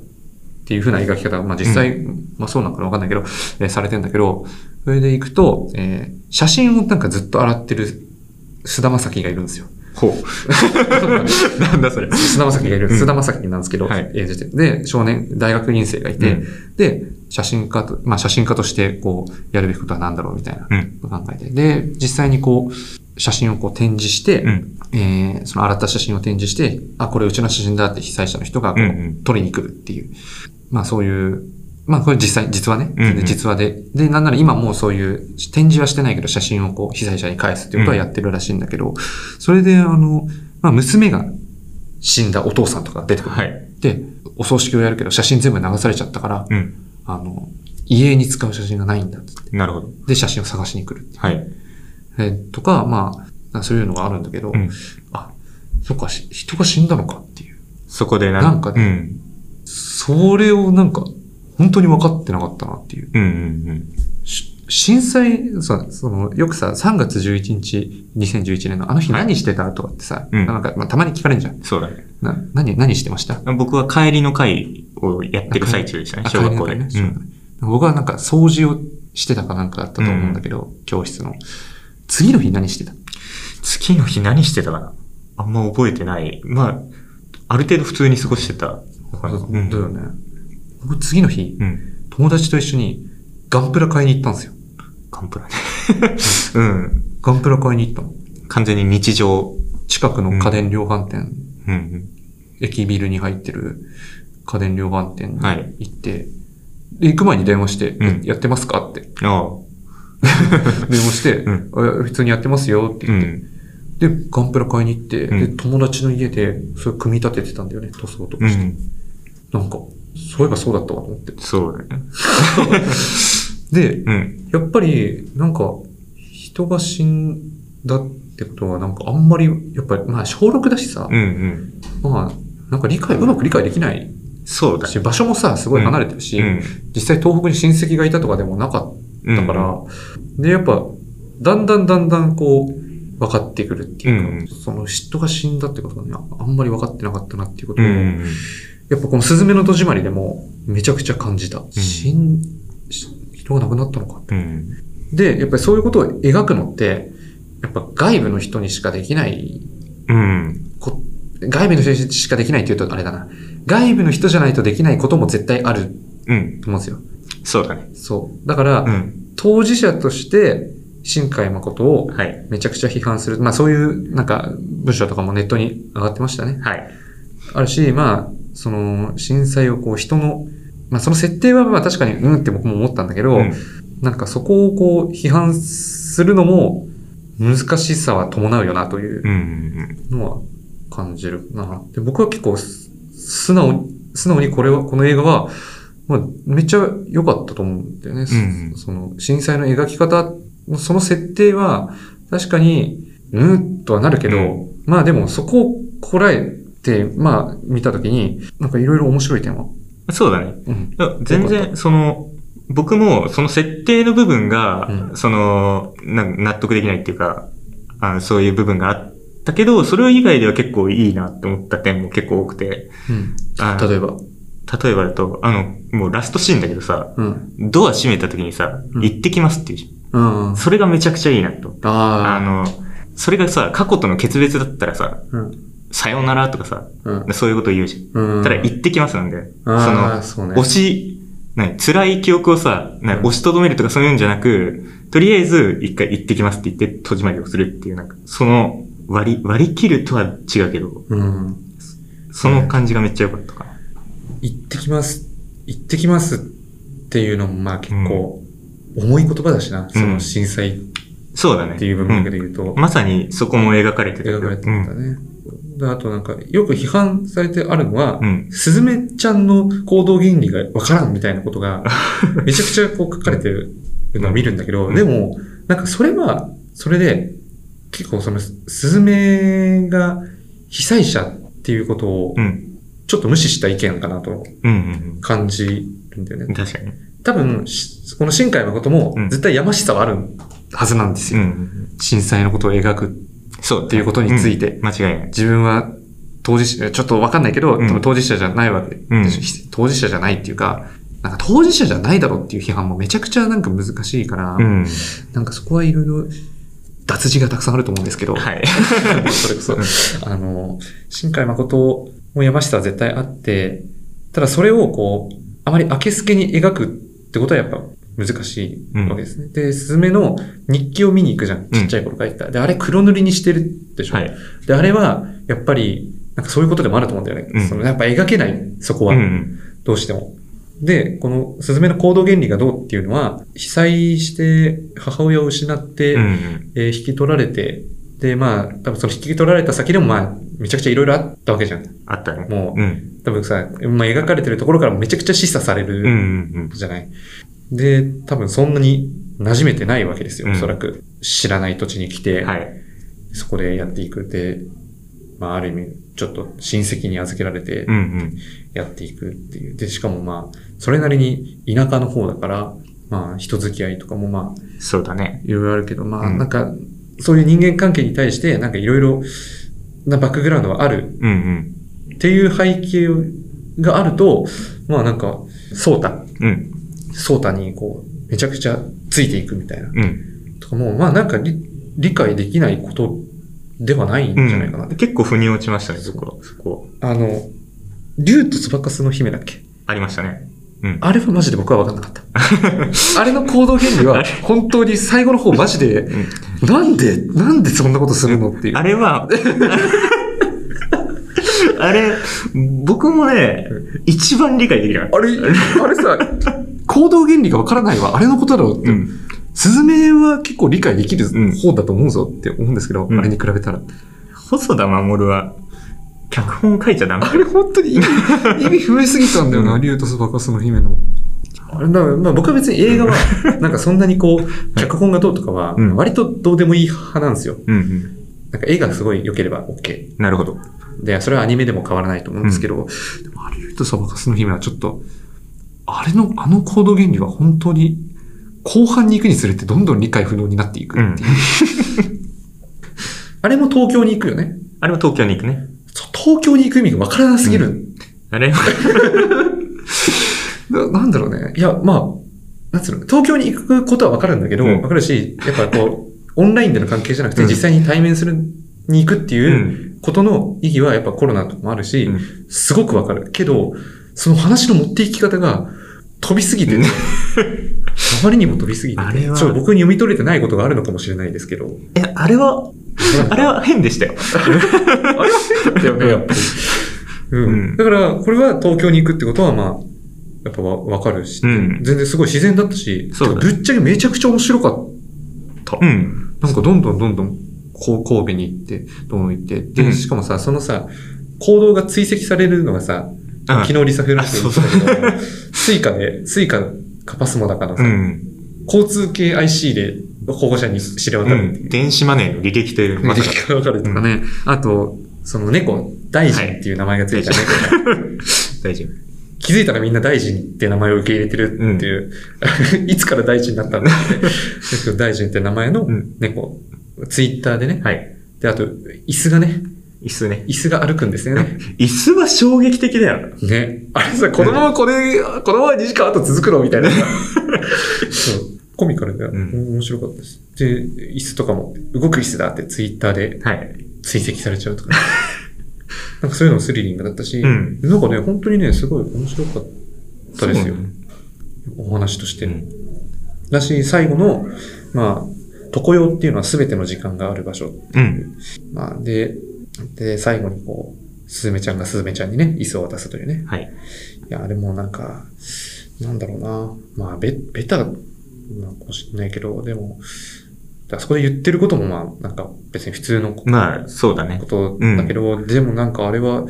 Speaker 2: ていう風な描き方が、まあ実際、まあそうなのかわかんないけど、えーされてんだけど、それで行くと、えー写真をなんかずっと洗ってる菅田正樹がいるんですよ。
Speaker 3: ほう。 *laughs* なんだそれ。
Speaker 2: 菅田将暉がいる、
Speaker 3: うん
Speaker 2: 菅田将暉なんですけど、
Speaker 3: はい
Speaker 2: 演じてる。で、少年、大学院生がいて、
Speaker 3: う
Speaker 2: で、写真家と、まあ写真家として、こう、やるべきことは何だろうみたいな
Speaker 3: うん。
Speaker 2: 考えて。で、実際にこう、写真をこう展示して、
Speaker 3: うん。
Speaker 2: えーその洗った写真を展示して、あ、これうちの写真だって被災者の人がこう、
Speaker 3: うんうん
Speaker 2: 撮りに来るっていう。まあそういう、まあこれ実際、実はね、
Speaker 3: うんうん
Speaker 2: 実話で。で、なんなら今もうそういう展示はしてないけど写真をこう被災者に返すっていうことはやってるらしいんだけど、それであの、まあ娘が死んだお父さんとかが出てくる。
Speaker 3: はい。
Speaker 2: で、お葬式をやるけど写真全部流されちゃったから、
Speaker 3: うん。
Speaker 2: あの、遺影に使う写真がないんだっつって。
Speaker 3: なるほど。
Speaker 2: で、写真を探しに来る。
Speaker 3: はい。
Speaker 2: えーとか、まあ、そういうのがあるんだけど、
Speaker 3: うん
Speaker 2: あ、そっか、し人が死んだのかっていう。
Speaker 3: そこでな
Speaker 2: なんか
Speaker 3: う
Speaker 2: ね
Speaker 3: ん。
Speaker 2: それをなんか、本当に分かってなかったなっていう。
Speaker 3: うんうんうん。
Speaker 2: し震災さ、その、よくさ、3月11日、2011年のあの日何してたとかってさ、
Speaker 3: うん
Speaker 2: なんか、まあ、たまに聞かれるじゃん。
Speaker 3: そうだね。
Speaker 2: な、何、何してました
Speaker 3: 僕は帰りの会をやってる最中でしたね、
Speaker 2: あ
Speaker 3: 小学校で。
Speaker 2: 帰
Speaker 3: う
Speaker 2: りなんかね
Speaker 3: ん
Speaker 2: 僕はなんか掃除をしてたかなんかだったと思うんだけど、教室の。次の日何してた
Speaker 3: 次の日何してたかなあんま覚えてない。まあ、ある程度普通に過ごしてた。うん
Speaker 2: だよね。僕次の日、
Speaker 3: うん。
Speaker 2: 友達と一緒にガンプラ買いに行ったんですよ。
Speaker 3: ガンプラね。 *laughs* うん。
Speaker 2: ガンプラ買いに行ったの。
Speaker 3: 完全に日常。
Speaker 2: 近くの家電量販店、
Speaker 3: うん
Speaker 2: 駅ビルに入ってる家電量販店に
Speaker 3: はい
Speaker 2: 行って、で、行く前に電話して、
Speaker 3: うん
Speaker 2: やってますか
Speaker 3: *laughs*
Speaker 2: って。
Speaker 3: うん。ああ。
Speaker 2: 電話して、
Speaker 3: うん
Speaker 2: あ普通にやってますよって
Speaker 3: う
Speaker 2: 言って。
Speaker 3: ん。
Speaker 2: で、ガンプラ買いに行って、
Speaker 3: うん
Speaker 2: で、友達の家で、それ組み立ててたんだよね、塗装と
Speaker 3: う
Speaker 2: かして。
Speaker 3: ん。
Speaker 2: なんか、そういえばそうだったわと思って。
Speaker 3: そうだね。
Speaker 2: で、
Speaker 3: うん。
Speaker 2: やっぱり、なんか、人が死んだってことは、なんかあんまり、やっぱり、まあ、小6だしさ、
Speaker 3: うんうん。
Speaker 2: まあ、なんか理解、うまく理解できない
Speaker 3: そうだ
Speaker 2: し、
Speaker 3: ね。
Speaker 2: 場所もさ、すごい離れてるし、
Speaker 3: うん
Speaker 2: 実際東北に親戚がいたとかでもなか
Speaker 3: うん。
Speaker 2: ったから、で、やっぱ、だんだんだんだんこう、分かってくるっていうか、
Speaker 3: うんうん
Speaker 2: その人が死んだってことがね、ああんまり分かってなかったなっていうこと
Speaker 3: う
Speaker 2: を、
Speaker 3: んうんうん。
Speaker 2: やっぱこのスズメの戸締まりでもめちゃくちゃ感じた。死ん、し人が亡くなったのかって。
Speaker 3: うん。
Speaker 2: で、やっぱりそういうことを描くのって、やっぱ外部の人にしかできない
Speaker 3: うん。
Speaker 2: こ外部の人にしかできないって言うとあれだな。外部の人じゃないとできないことも絶対ある
Speaker 3: うん。
Speaker 2: と思うんですよ。
Speaker 3: そうだね。
Speaker 2: そう。だから、
Speaker 3: うん。
Speaker 2: 当事者として、新海誠を
Speaker 3: はい。
Speaker 2: めちゃくちゃ批判する。まあそういう、なんか、文章とかもネットに上がってましたね。
Speaker 3: はい。
Speaker 2: あるし、まあ、その、震災をこう人の、まあその設定はまあ確かにうんって僕も思ったんだけど、
Speaker 3: うん
Speaker 2: なんかそこをこう批判するのも難しさは伴うよなという
Speaker 3: うんうん
Speaker 2: のは感じるな。で僕は結構す素直に、素直にこれは、この映画は、まあ、めっちゃ良かったと思うんだよね。そ
Speaker 3: うんうん
Speaker 2: その震災の描き方、その設定は確かに、うーっとはなるけど、
Speaker 3: うん
Speaker 2: まあでもそこをこらえて、まあ見たときに、なんかいろいろ面白い点は。
Speaker 3: うん。そうだね。
Speaker 2: うん。
Speaker 3: いや全
Speaker 2: よかっ
Speaker 3: 然、その、僕も、その設定の部分が、
Speaker 2: うん
Speaker 3: その、なん納得できないっていうか、あそういう部分があったけど、それ以外では結構いいなって思った点も結構多くて、
Speaker 2: うん
Speaker 3: あ
Speaker 2: 例えば。
Speaker 3: 例えばだと、あの、もうラストシーンだけどさ、
Speaker 2: うん。
Speaker 3: ドア閉めた時にさ、
Speaker 2: うん
Speaker 3: 行ってきますっていうじ
Speaker 2: うん。
Speaker 3: ゃ
Speaker 2: あ
Speaker 3: ん。それがめちゃくちゃいいなと。あ
Speaker 2: あ
Speaker 3: の、それがさ、過去との決別だったらさ、
Speaker 2: ー。
Speaker 3: さようならとかさ、
Speaker 2: うん。
Speaker 3: そういうこと言うじ
Speaker 2: う
Speaker 3: ゃ
Speaker 2: ん。
Speaker 3: ん。ただ、行ってきますなんで、その
Speaker 2: あー、そうね。
Speaker 3: 押し、何辛い記憶をさ、何押しとどめるとかそういうんじゃなく、とりあえず一回行ってきますって言って閉じまりをするっていう、なんか、その割り、割り切るとは違うけど、
Speaker 2: うん。
Speaker 3: その感じがめっちゃ良かったかな。
Speaker 2: 行ってきます、行ってきますっていうのも、まあ結構、重い言葉だしな、その震災っ
Speaker 3: そうだね。
Speaker 2: ていう部分だけで言うと、
Speaker 3: うんまさにそこも描かれてたけど
Speaker 2: 描かれてたんだね。であとなんか、よく批判されてあるのは、
Speaker 3: うん。うん
Speaker 2: スズメちゃんの行動原理がわからんみたいなこと
Speaker 3: *laughs*
Speaker 2: が、めちゃくちゃこう書かれてるのを見るんだけど、
Speaker 3: うん
Speaker 2: でも、なんかそれは、それで、結構その、スズメが被災者っていうことを
Speaker 3: う、ん。
Speaker 2: ちょっと無視した意見かなと
Speaker 3: うんうん
Speaker 2: 感じるんだよね
Speaker 3: うん。。確かに。
Speaker 2: 多分、しこの新海誠も
Speaker 3: うん
Speaker 2: 絶対やましさはあるはずなんです
Speaker 3: う
Speaker 2: よ。
Speaker 3: んうんうん。
Speaker 2: 震災のことを描く。
Speaker 3: そうだね。
Speaker 2: っていうことについて
Speaker 3: うん間違いない。
Speaker 2: 自分は当事者、ちょっとわかんないけど、
Speaker 3: うん
Speaker 2: 多分当事者じゃないわけ、
Speaker 3: ん
Speaker 2: 当事者じゃないっていうか、なんか当事者じゃないだろうっていう批判もめちゃくちゃなんか難しいから、
Speaker 3: うん。
Speaker 2: なんかそこはいろいろ脱字がたくさんあると思うんですけど、
Speaker 3: はい。
Speaker 2: *laughs* それこそ、あの、新海誠も山下は絶対あって、ただそれをこう、あまり明けすけに描くってことはやっぱ難しいわけですね。で、スズメの日記を見に行くじゃん。ちっちゃい頃書いてた。で、あれ黒塗りにしてるでしょ。
Speaker 3: はい。
Speaker 2: で、あれは、やっぱり、なんかそういうことでもあると思うんだよね。
Speaker 3: うん
Speaker 2: そのやっぱ描けない、そこ
Speaker 3: う
Speaker 2: は。
Speaker 3: ん。
Speaker 2: どうしても。で、このスズメの行動原理がどうっていうのは、被災して母親を失って、
Speaker 3: うん。
Speaker 2: えー引き取られて、で、まあ、多分その引き取られた先でも、まあ、めちゃくちゃいろいろあったわけじゃん。
Speaker 3: あったね。
Speaker 2: もう、
Speaker 3: うん。
Speaker 2: 多分さ、まあ、描かれてるところからめちゃくちゃ示唆され
Speaker 3: うん。う
Speaker 2: る
Speaker 3: ん。
Speaker 2: じゃない。で、多分そんなに馴染めてないわけですよ、
Speaker 3: うん
Speaker 2: おそらく。知らない土地に来て、
Speaker 3: うんはい。
Speaker 2: そこでやっていく。で、まあ、ある意味、ちょっと親戚に預けられて
Speaker 3: う、ん。
Speaker 2: やっていくっていう。で、しかもまあ、それなりに田舎の方だから、まあ、人付き合いとかもまあ、
Speaker 3: うん。そうだね。
Speaker 2: いろいろあるけど、まあ、
Speaker 3: うん
Speaker 2: なんか、そういう人間関係に対して、なんかいろいろなバックグラウンドがある
Speaker 3: うん。
Speaker 2: っていう背景があると、まあなんか、ソータ、
Speaker 3: うん。うん。
Speaker 2: ソータにこう、めちゃくちゃついていくみたいな。
Speaker 3: うん。
Speaker 2: とかもう、まあなんか理理解できないことではないんじゃないかなって。
Speaker 3: 結構腑に落ちましたね、そこ。そこ。
Speaker 2: あの、竜と翼の姫だっけ
Speaker 3: ありましたね。うん。
Speaker 2: あれはマジで僕は分かんな *laughs* かった。あれの行動原理は、本当に最後の方マジで、なんで、なんでそんなことするのっていう。
Speaker 3: あれ *laughs* は、あれ、僕もね、一番理解できなかった。
Speaker 2: あ
Speaker 3: *laughs*
Speaker 2: れ、あれさ、行動原理がわからないわ。あれのことだろうって。
Speaker 3: うん。
Speaker 2: スズメは結構理解できる
Speaker 3: うん
Speaker 2: 方だと思うぞって思うんですけど、
Speaker 3: うん
Speaker 2: あれに比べたら。
Speaker 3: 細田守は、脚本書いちゃダメ
Speaker 2: あ。れ本当に意味、
Speaker 3: *laughs*
Speaker 2: 意味増えすぎたんだよ
Speaker 3: う
Speaker 2: な、竜とそばかすの姫の。あれだからまあ、僕は別に映
Speaker 3: *laughs*
Speaker 2: 画は、なんかそんなにこう、脚本がどうとかは、
Speaker 3: うん
Speaker 2: 割とどうでもいい派なんですよ。
Speaker 3: うんうん。
Speaker 2: なんか絵がすごい良ければ OK。
Speaker 3: なるほど。
Speaker 2: で、それはアニメでも変わらないと思うんですけど、でもあれ言うとサバカスの姫はちょっと、あれの、あの行動原理は本当に、後半に行くにつれてどんどん理解不能になっていくっていう。あれも東京に行くよね。
Speaker 3: あれも東京に行くね。
Speaker 2: そう東京に行く意味がわからなすぎる、
Speaker 3: あれは、
Speaker 2: な。なんだろうね。いや、まあ、なんつうの、東京に行くことはわかるんだけど、
Speaker 3: う
Speaker 2: わ、
Speaker 3: ん
Speaker 2: かるし、やっぱこう、 *laughs* オンラインでの関係じゃなくて、
Speaker 3: うん
Speaker 2: 実際に対面する、に行くって
Speaker 3: う。
Speaker 2: いうんことの意義はやっぱコロナとかもあるし、
Speaker 3: うん
Speaker 2: すごくわかる。けど、その話の持っていき方が飛びすぎて、 *laughs* ね、あまりにも飛びすぎて
Speaker 3: あ
Speaker 2: て、
Speaker 3: れは
Speaker 2: ちょっと僕に読み取れてないことがあるのかもしれないですけど、
Speaker 3: え、あれは、あれは変でしたよ。
Speaker 2: あれは変だったよね、やっぱり。 *laughs* うん
Speaker 3: うん
Speaker 2: だから、これは東京に行くってことは、まあ、やっぱわわかるし、
Speaker 3: うん
Speaker 2: 全然すごい自然だったし、
Speaker 3: そうだ
Speaker 2: てかぶっちゃけめちゃくちゃ面白かった。
Speaker 3: うん。
Speaker 2: なんかどんどんどんどん、こう、神戸に行って、どんどん行って、
Speaker 3: う
Speaker 2: で、
Speaker 3: ん
Speaker 2: しかもさ、そのさ、行動が追跡されるのがさ、昨日リサフェランスに行ったけど、スイカで、スイカかパスモだから
Speaker 3: う
Speaker 2: さ、
Speaker 3: ん。
Speaker 2: 交通系 IC で保護者に知れ渡
Speaker 3: う
Speaker 2: るってい
Speaker 3: ん。電子マネーの履歴という、
Speaker 2: う。
Speaker 3: ま
Speaker 2: ま
Speaker 3: さか。
Speaker 2: かるとかね。あと、その猫、大臣っていう名前がついた猫が、
Speaker 3: *laughs* 大丈夫。
Speaker 2: 気づいたらみんな大臣って名前を受け入れてるっていう、 *laughs* いつから大臣になったんだって。ですけど大臣って名前の
Speaker 3: うん
Speaker 2: 猫、ツイッターでね。
Speaker 3: はい。
Speaker 2: で、あと、椅子がね、
Speaker 3: 椅子ね。
Speaker 2: 椅子が歩くんですよね。
Speaker 3: 椅子は衝撃的だよ。
Speaker 2: ね。あれさ、このままこれ、このまま2時間後続くのみたいな。そう。コミカルで、
Speaker 3: ん
Speaker 2: 面白かったです。で、椅子とかも、動く椅子だってツイッターで
Speaker 3: はい。
Speaker 2: 追跡されちゃう
Speaker 3: *laughs*
Speaker 2: とか。なんかそういうのもスリリングだったし、
Speaker 3: うん
Speaker 2: なんかね、本当にね、すごい面白かったですよ。
Speaker 3: そうね
Speaker 2: お話として。
Speaker 3: うん
Speaker 2: だし、最後の、まあ、常用っていうのは全ての時間がある場所。
Speaker 3: うん。
Speaker 2: まあ、で、で、最後にこう、すずめちゃんがすずめちゃんにね、椅子を渡すというね。
Speaker 3: はい。
Speaker 2: いや、あれもなんか、なんだろうな。まあ、べ、ベタなのかもしれないけど、でも、あそこで言ってることもまあ、なんか別に普通のこ
Speaker 3: まあ、そうだね
Speaker 2: こ。とだけど、でもなんかあれは、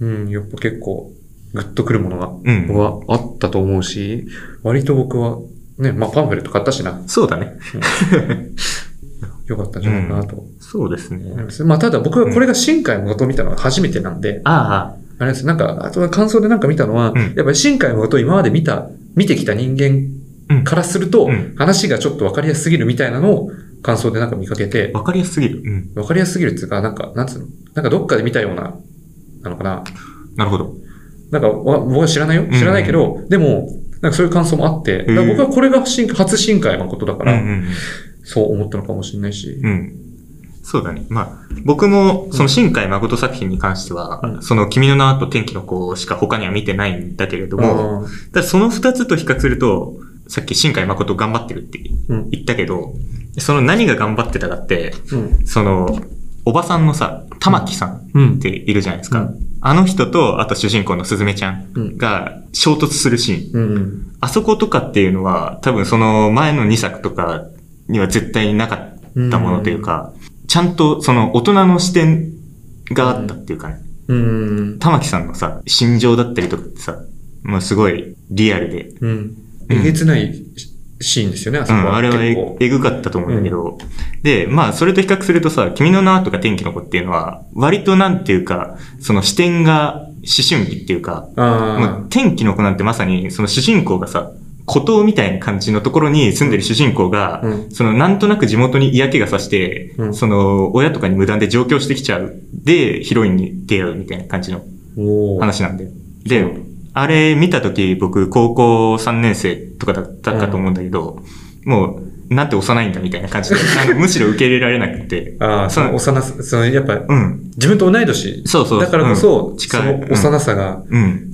Speaker 2: うん、やっぱ結構、グッとくるものが、
Speaker 3: うん。
Speaker 2: はあったと思うし、割と僕は、ね、まあパンフレット買ったしな、
Speaker 3: そうだね。
Speaker 2: よかったんじゃないかなと
Speaker 3: そうです
Speaker 2: 思い
Speaker 3: ね
Speaker 2: ま。す。まあただ僕はこれが新海誠を見たのは初めてなんで、
Speaker 3: ああ、
Speaker 2: あれです。なんか、あと感想でなんか見たのは、
Speaker 3: うん
Speaker 2: やっぱり新海誠を今まで見た、見てきた人
Speaker 3: うん
Speaker 2: 間からすると、
Speaker 3: うん
Speaker 2: 話がちょっとわかりやすすぎるみたいなのを感想でなんか見かけて、
Speaker 3: わかりやすすぎる。うん。
Speaker 2: わかりやすすぎるっていうか、なんか、なんつうのなんかどっかで見たような、なのかな
Speaker 3: なるほど。
Speaker 2: なんか、わ僕は知らないよ
Speaker 3: ん
Speaker 2: 知らないけど、でも、なんかそういう感想もあって、だから僕はこれが新初新海誠だか
Speaker 3: うんう
Speaker 2: ら、
Speaker 3: んうん。
Speaker 2: そう思ったのかもしれないし。
Speaker 3: うん。そうだね。まあ、僕も、その新海誠作品に関しては、
Speaker 2: うん
Speaker 3: その君の名と天気の子しか他には見てないんだけれど
Speaker 2: あ
Speaker 3: も、
Speaker 2: ー
Speaker 3: ただその二つと比較すると、さっき新海誠頑張ってるって
Speaker 2: うん。
Speaker 3: 言ったけど、その何が頑張ってたかって、
Speaker 2: うん。
Speaker 3: その、おばさんのさ、玉木さん
Speaker 1: うん
Speaker 3: っ。ているじゃないですか。
Speaker 2: う
Speaker 3: あの人と、あと主人公のすずめちゃん
Speaker 2: うん。
Speaker 3: が衝突するシー
Speaker 2: う
Speaker 3: ン。
Speaker 2: ん。
Speaker 3: あそことかっていうのは、多分その前の2作とかには絶対なかったものというか、ちゃんとその大人の視点があったっていうかね、
Speaker 2: うん。
Speaker 3: 玉木さんのさ、心情だったりとかってさ、まあすごいリアルで、
Speaker 2: うん。えげつないしシーンですよね、あ
Speaker 3: う
Speaker 2: そこ
Speaker 3: ん、
Speaker 2: は。
Speaker 3: あれは
Speaker 2: 結
Speaker 3: え
Speaker 2: 構
Speaker 3: えぐかったと思うんだけど、で、まあそれと比較するとさ、君の名はとか天気の子っていうのは、割となんていうか、その視点が思春期っていうか、も
Speaker 2: あ
Speaker 3: う天気の子なんてまさに、その主人公がさ、孤島みたいな感じのところに住んでる主人公が、
Speaker 2: あ。うん。
Speaker 3: そのなんとなく地元に嫌気がさして、
Speaker 2: うん
Speaker 3: その親とかに無断で上京してきちゃう。で、ヒロインに出会うみたいな感じの
Speaker 2: おー。
Speaker 3: 話なんで。で、あれ見た時僕高校3年生とかだったかと思うんだけど、もうなんて幼いんだみたいな感じで、あのむしろ受け入れられなくて
Speaker 2: ああ、その
Speaker 3: そ
Speaker 2: 幼さ、そのやっぱ、
Speaker 3: うん。
Speaker 2: 自分と同い年。
Speaker 3: そうそう。
Speaker 2: だからこ
Speaker 3: う
Speaker 2: そ
Speaker 3: ん、
Speaker 2: そ
Speaker 3: 近い。
Speaker 2: の幼さが、
Speaker 3: うんうん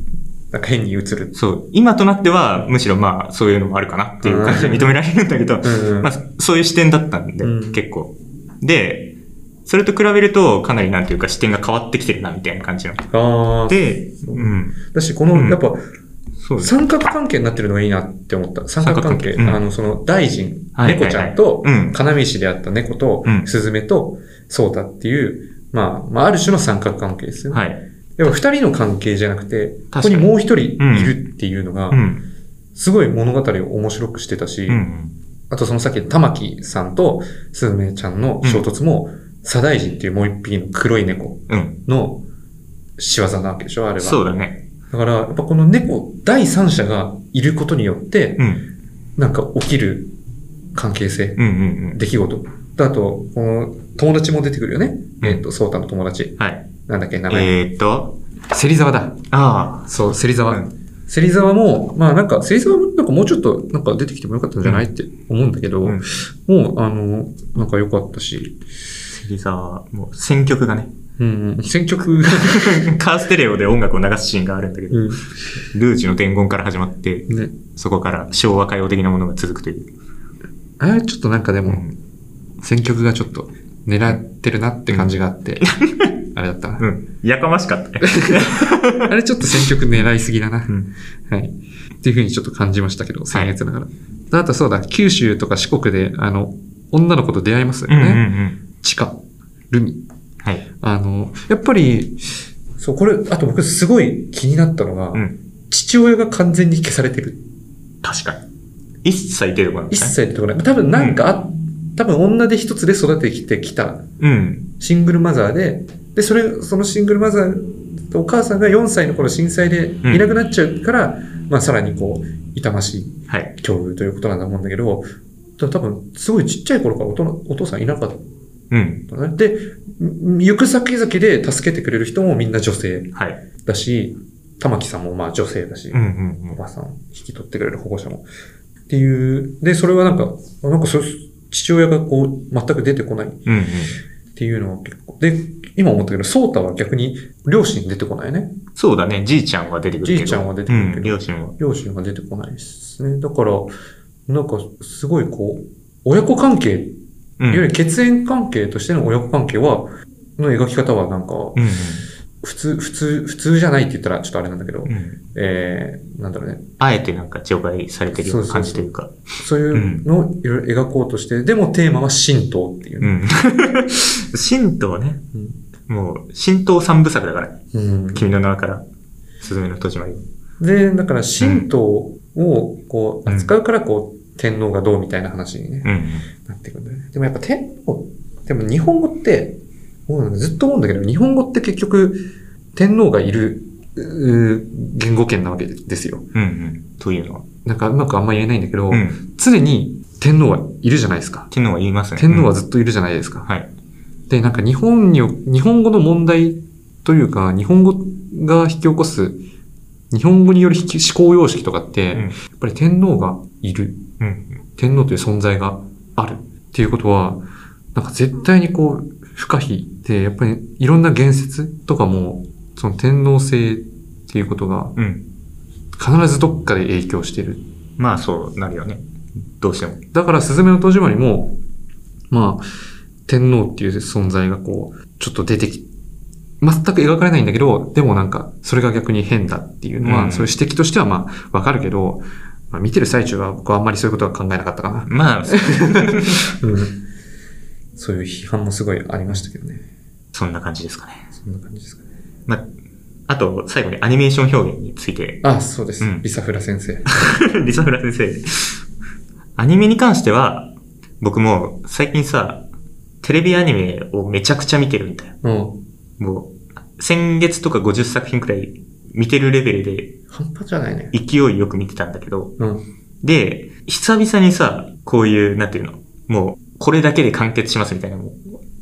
Speaker 2: なんか変に映る。
Speaker 3: そう。今となっては、むしろまあ、そういうのもあるかなっていう感じで認められるんだけど、
Speaker 2: うん。
Speaker 3: まあ、そういう視点だったんで、
Speaker 2: うん
Speaker 3: 結構。で、それと比べると、かなりなんていうか視点が変わってきてるな、みたいな感じの。
Speaker 2: ああ。
Speaker 3: で、うん。
Speaker 2: だし、この、
Speaker 3: うん
Speaker 2: やっぱ、
Speaker 3: そうです。
Speaker 2: 三角関係になってるのがいいなって思った。三角関係。
Speaker 3: 三角関係うん
Speaker 2: あの、その、大臣、
Speaker 3: はいはいはい
Speaker 2: 猫ちゃんと、
Speaker 3: うん
Speaker 2: 金飯であった猫と、
Speaker 3: うん
Speaker 2: スズメと、ソータっていう、まあ、まあ、ある種の三角関係ですよね。
Speaker 3: はい。
Speaker 2: でも、二人の関係じゃなくて、ここ
Speaker 3: 確かに
Speaker 2: にもう一人いるっていうのが
Speaker 3: う、ん。
Speaker 2: すごい物語を面白くしてたし、
Speaker 3: うん。
Speaker 2: あとそのさっきの玉木さんとスズメちゃんの衝突も、サダイジンっていうもう一匹の黒い猫
Speaker 3: うん。
Speaker 2: の仕業なわけでしょ、あれは。
Speaker 3: そうだね。
Speaker 2: だから、やっぱこの猫、第三者がいることによって、
Speaker 3: うん。
Speaker 2: なんか起きる関係性、
Speaker 3: うんうん
Speaker 2: 出来事。あと、この友達も出てくるよね。
Speaker 3: うん
Speaker 2: えっと、ソータの友達
Speaker 3: う。ん。はい。
Speaker 2: なんだっけ、名前。
Speaker 3: えーっと、
Speaker 2: 芹沢だ。
Speaker 3: あ
Speaker 2: そう、芹
Speaker 3: あ。
Speaker 2: 沢。芹沢も、まあなんか、芹沢もなんかもうちょっとなんか出てきてもよかったんじゃないって思うんだけど、
Speaker 3: うん
Speaker 2: もう、あの、なんか良かったし、
Speaker 3: 芹沢、もう選曲がね、 *laughs*
Speaker 2: うん、選曲が、
Speaker 3: カーステレオで音楽を流すシーンがあるんだけど、ルージュの伝言から始まって、
Speaker 2: ね。
Speaker 3: そこから昭和歌謡的なものが続くという。
Speaker 2: あれちょっとなんかで
Speaker 3: う
Speaker 2: も、
Speaker 3: ん。
Speaker 2: 選曲がちょっと狙ってるなって感じがあって、あれだったな
Speaker 3: う。ん。やかましかったね。
Speaker 2: あれちょっと選曲狙いすぎだな。
Speaker 3: うん
Speaker 2: はい。っていうふうにちょっと感じましたけど、僭越ながら。あとそうだ、九州とか四国で、あの、女の子と出会いますよ
Speaker 3: うんうんう
Speaker 2: ね。
Speaker 3: ん。
Speaker 2: チカ、ルミ。
Speaker 3: はい。
Speaker 2: あの、やっぱり、そう、これ、あと僕すごい気になったのが、
Speaker 3: うん。
Speaker 2: 父親が完全に消されてる。
Speaker 3: 確かに。一切出てこない。
Speaker 2: 一切出てこない。多分なんかあ、多分女で一つで育ててきてきた
Speaker 3: うん。
Speaker 2: シングルマザーで、で、それ、そのシングルマザーとお母さんが4歳の頃震災で
Speaker 3: ん
Speaker 2: いなくなっちゃうから、まあさらにこう、痛ましい
Speaker 3: はい。
Speaker 2: 境遇ということなんだと思うんだけど、た多分、すごいちっちゃい頃からおとお父さんいなかっ
Speaker 3: うん。
Speaker 2: たね。で、ん行く先々で助けてくれる人もみんな女性
Speaker 3: はい。
Speaker 2: だし、玉木さんもまあ女性だし、
Speaker 3: うんう
Speaker 2: お
Speaker 3: ん
Speaker 2: ばさん引き取ってくれる保護者も。っていう、で、それはなんか、あなんかそれ父親がこう、全く出てこない
Speaker 3: うん。うん
Speaker 2: っていうのは結構。で、今思ったけど、ソータは逆に両親出てこないね。
Speaker 3: そうだね。じいちゃんは出てくるけど。
Speaker 2: じいちゃんは出てくるけど
Speaker 3: うん両親は。
Speaker 2: 両親が出てこないですね。だから、なんかすごいこう、親子関係、い
Speaker 3: うん。
Speaker 2: わゆる血縁関係としての親子関係は、の描き方はなんか、
Speaker 3: うん
Speaker 2: 普通、普通、普通じゃないって言ったらちょっとあれなんだけど
Speaker 3: う、ん。うん。
Speaker 2: えー、なんだろうね。
Speaker 3: あえてなんか除外されてるような感じというか。
Speaker 2: そういうのをいろいろ描こうとして、でもテーマは神道っていう
Speaker 3: う
Speaker 2: ね。
Speaker 3: ん。 *laughs* 神道ね。もう、神道三部作だから。
Speaker 2: うん
Speaker 3: 君の名はから、すずめの戸締まり。
Speaker 2: で、だから神道をこう
Speaker 3: うん
Speaker 2: 扱うからこう、天皇がどうみたいな話にね、
Speaker 3: うん。
Speaker 2: なってくるんだよね。でもやっぱ天皇、でも日本語って、もうなんかずっと思うんだけど、日本語って結局、天皇がいる、うー言語圏なわけですよ。
Speaker 3: うんうん。というのは。
Speaker 2: なんかうまくあんま言えないんだけど、
Speaker 3: うん。っ
Speaker 2: 常に天皇はいるじゃないですか。
Speaker 3: ていうのは言いますね。
Speaker 2: 天皇はずっといるじゃないですか。
Speaker 3: うんはい。
Speaker 2: で、なんか日本にお、日本語の問題というか、日本語が引き起こす、日本語による引き思考様式とかって、
Speaker 3: うん
Speaker 2: やっぱり天皇がいる、
Speaker 3: うん。
Speaker 2: 天皇という存在があるっっていうことは、なんか絶対にこう、不可避で、やっぱりいろんな言説とかも、その天皇制っていうことが
Speaker 3: うん。
Speaker 2: 必ずどっかで影響してる。
Speaker 3: まあそうなるよね。どうしても。
Speaker 2: だから、スズメの戸締まりも、まあ、天皇っていう存在がこう、ちょっと出てき、全く描かれないんだけど、でもなんか、それが逆に変だっていうのは、
Speaker 3: うん
Speaker 2: そういう指摘としてはまあ、わかるけど、まあ、見てる最中は僕はあんまりそういうことは考えなかったかな。
Speaker 3: まあ、 *laughs* そ
Speaker 2: うんそういう批判もすごいありましたけどね。
Speaker 3: そんな感じですかね。
Speaker 2: そんな感じですかね。
Speaker 3: まあ、あと、最後にアニメーション表現について、 *laughs*
Speaker 2: あ、そうです。
Speaker 3: うん
Speaker 2: リサフラ先生。
Speaker 3: リサフラ先生。アニメに関しては、僕も最近さ、テレビアニメをめちゃくちゃ見てるんだよ。
Speaker 2: うん。
Speaker 3: もう、先月とか50作品くらい見てるレベルで
Speaker 2: 半端じゃないね。
Speaker 3: 勢いよく見てたんだけど、
Speaker 2: うん。
Speaker 3: で、久々にさ、こういう、なんていうの、もう、これだけで完結しますみたいな、もう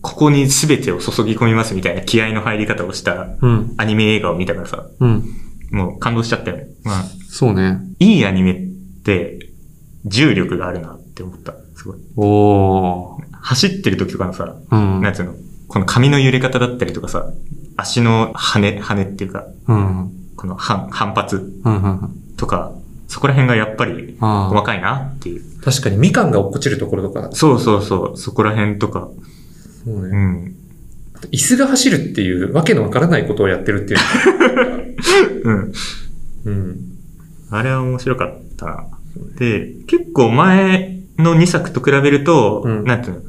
Speaker 3: ここに全てを注ぎ込みますみたいな気合の入り方をした
Speaker 2: うん。
Speaker 3: アニメ映画を見たからさ、
Speaker 2: うん。
Speaker 3: もう感動しちゃったよね。まあ、
Speaker 2: そうね。
Speaker 3: いいアニメって、重力があるなって思った。すごい。
Speaker 2: おー。
Speaker 3: 走ってる時とかのさ、
Speaker 2: うん。
Speaker 3: なんつうの、この髪の揺れ方だったりとかさ、足の羽、羽っていうか、
Speaker 2: うん。うん。
Speaker 3: この反、反発
Speaker 2: うん。うん。
Speaker 3: とか、そこら辺がやっぱり
Speaker 2: あ
Speaker 3: 細かいなっていう。
Speaker 2: ー確かにみかんが落っこちるところとか。
Speaker 3: そうそうそう、そこら辺とか。
Speaker 2: そう
Speaker 3: う
Speaker 2: ね。
Speaker 3: ん。
Speaker 2: 椅子が走るっていう、わけのわからないことをやってるっていう。
Speaker 3: うん。
Speaker 2: うん。
Speaker 3: あれは面白かったな。で、結構前の2作と比べると、
Speaker 2: うん
Speaker 3: なんていうの、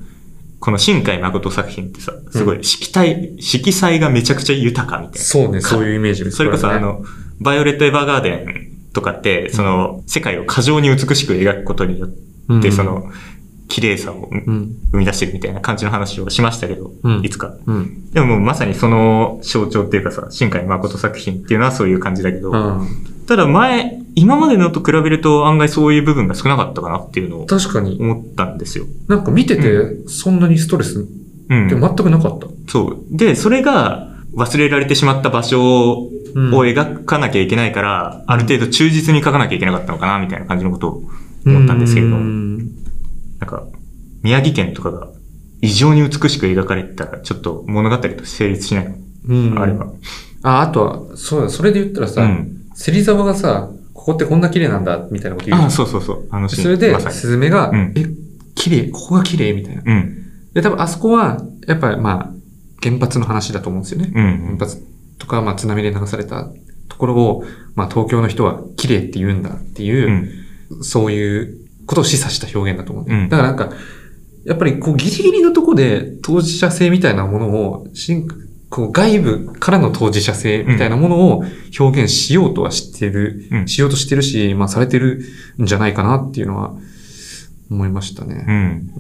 Speaker 3: この新海誠作品ってさ、すご
Speaker 2: う
Speaker 3: い色彩、色彩がめちゃくちゃ豊かみたいな。
Speaker 2: そうね、そういうイメージです
Speaker 3: それこそ、
Speaker 2: ね
Speaker 3: あ、の、バイオレット・エヴァーガーデンとかって、その、世界を過剰に美しく描くことによっ
Speaker 2: うん
Speaker 3: て、そ、の、綺麗さを
Speaker 2: うん。
Speaker 3: 生み出してるみたいな感じの話をしましたけど、
Speaker 2: うん
Speaker 3: いつか。
Speaker 2: うん。
Speaker 3: でももうまさにその象徴っていうかさ、新海誠作品っていうのはそういう感じだけど、
Speaker 2: うん。
Speaker 3: ただ前、今までのと比べると案外そういう部分が少なかったかなっていうのを
Speaker 2: 確かに、
Speaker 3: 思ったんですよ。
Speaker 2: なんか見てて、そんなにストレスっ
Speaker 3: うん
Speaker 2: て。全くなかった。
Speaker 3: そう。で、それが忘れられてしまった場所を
Speaker 2: うん
Speaker 3: 描かなきゃいけないから、ある程度忠実に書かなきゃいけなかったのかなみたいな感じのことを思ったんですけれど
Speaker 2: う
Speaker 3: も、
Speaker 2: ん
Speaker 3: なんか、宮城県とかが異常に美しく描かれてたら、ちょっと物語と成立しないの、
Speaker 2: うん
Speaker 3: あれは。
Speaker 2: あ、あとは、そうだ、それで言ったら
Speaker 3: う
Speaker 2: さ、
Speaker 3: ん。
Speaker 2: 芹沢がさ、ここってこんな綺麗なんだ、みたいなこと言うじ
Speaker 3: あ
Speaker 2: ゃん
Speaker 3: あ、そうそうそう。あのシーン。
Speaker 2: それで、
Speaker 3: まさに
Speaker 2: スズメが、
Speaker 3: うん
Speaker 2: え、綺麗、ここが綺麗みたいな。
Speaker 3: うん。
Speaker 2: で、多分あそこは、やっぱりまあ、原発の話だと思うんですよね。
Speaker 3: うん。
Speaker 2: 原発とか、まあ津波で流されたところを、まあ東京の人は綺麗って言うんだっていうう、
Speaker 3: ん。
Speaker 2: そういうことを示唆した表現だと思うんだよ、
Speaker 3: うん
Speaker 2: だからなんか、やっぱりこうギリギリのとこで当事者性みたいなものを、新こう外部からの当事者性みたいなものを表現しようとはしてる、
Speaker 3: うん
Speaker 2: しようとしてるし、まあされてるんじゃないかなっていうのは思いました
Speaker 3: う
Speaker 2: ね。
Speaker 3: ん。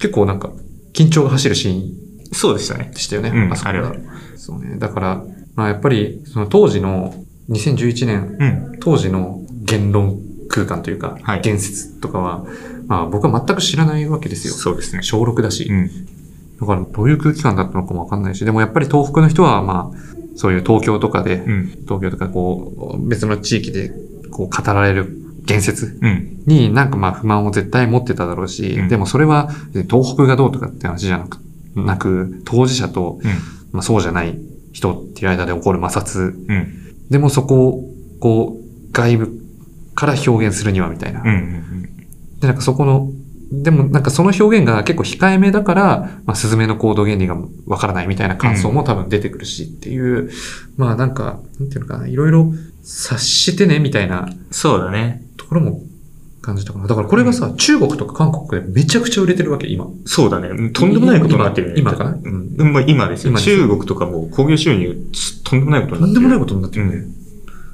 Speaker 2: 結構なんか緊張が走るシーン
Speaker 3: そうでしたね。
Speaker 2: でしたよね。
Speaker 3: うん
Speaker 2: そこ
Speaker 3: あれは
Speaker 2: そうね。だから、まあやっぱりその当時の2011年
Speaker 3: うん。
Speaker 2: 当時の言論空間というか、
Speaker 3: はい
Speaker 2: 言説とかは、まあ僕は全く知らないわけですよ。
Speaker 3: そうですね。
Speaker 2: 小6だし。
Speaker 3: うん。
Speaker 2: だからどういう空気感だったのかもわかんないし、でもやっぱり東北の人はまあ、そういう東京とかで、
Speaker 3: うん。
Speaker 2: 東京とかこう、別の地域でこう語られる言説
Speaker 3: うん。
Speaker 2: になんかまあ不満を絶対持ってただろうし、
Speaker 3: うん
Speaker 2: でもそれは東北がどうとかって話じゃなく、なく、当事者と、
Speaker 3: うん。
Speaker 2: まあそうじゃない人っていう間で起こる摩擦
Speaker 3: うん。
Speaker 2: でもそこを、こう、外部から表現するにはみたいな。
Speaker 3: うん。
Speaker 2: で、なんかそこの、でもなんかその表現が結構控えめだから、まあ、スズメの行動原理がわからないみたいな感想も多分出てくるしっていう、まあなんか、なんていうのかな、いろいろ察してねみたいな
Speaker 3: そうだね。
Speaker 2: ところも感じたかな。だからこれがさ、中国とか韓国でめちゃくちゃ売れてるわけ、今。
Speaker 3: そうだね。とんでもないことになってるよね。
Speaker 2: 今今かな
Speaker 3: う
Speaker 2: うん
Speaker 3: ん。うんまあ今ですよ。
Speaker 2: 今ですよ
Speaker 3: 中国とかもう興行収入、つとんでもないことに
Speaker 2: と
Speaker 3: なっ
Speaker 2: んで
Speaker 3: て
Speaker 2: も
Speaker 3: る。
Speaker 2: ないことになってるよね。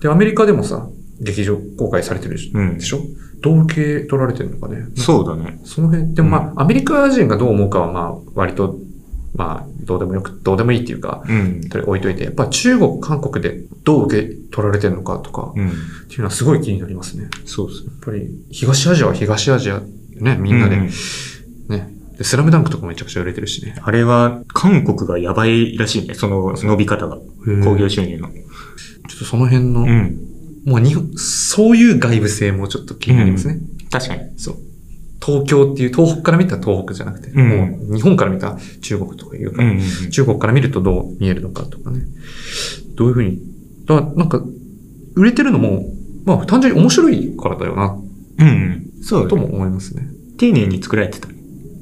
Speaker 2: で、アメリカでもさ、劇場公開されてるでしょ、
Speaker 3: うん
Speaker 2: でしょどう受け取られてるのかね。
Speaker 3: そうだね。
Speaker 2: その辺、でもまあ、
Speaker 3: う
Speaker 2: アメリカ人がどう思うかは、まあ、割と、まあ、どうでもよく、どうでもいいっていうか、
Speaker 3: うん。
Speaker 2: それ置いといて、やっぱ中国、韓国でどう受け取られてるのかとか、
Speaker 3: うん。
Speaker 2: っていうのはすごい気になりますね。や
Speaker 3: そうですね。
Speaker 2: っぱり、東アジアは東アジア、ね、みんなで、
Speaker 3: う
Speaker 2: ね。で、スラムダンクとかめちゃくちゃ売れてるしね。
Speaker 3: あれは、韓国がやばいらしいね。その伸び方が。興行
Speaker 2: ちょ
Speaker 3: 収入の。
Speaker 2: っとその辺の、
Speaker 3: うん。
Speaker 2: もう日本、そういう外部性もちょっと気になりますね。
Speaker 3: 確かに。
Speaker 2: そう。東京っていう、東北から見た東北じゃなくて、
Speaker 3: うん
Speaker 2: もう日本から見た中国とかいうか
Speaker 3: う
Speaker 2: ら、
Speaker 3: んうん。
Speaker 2: 中国から見るとどう見えるのかとかね。どういうふうに。だからなんか、売れてるのも、まあ単純に面白いからだよな、
Speaker 3: うんうん。そう
Speaker 2: と
Speaker 3: だね。
Speaker 2: も思いますね。
Speaker 3: 丁寧に作られてたね。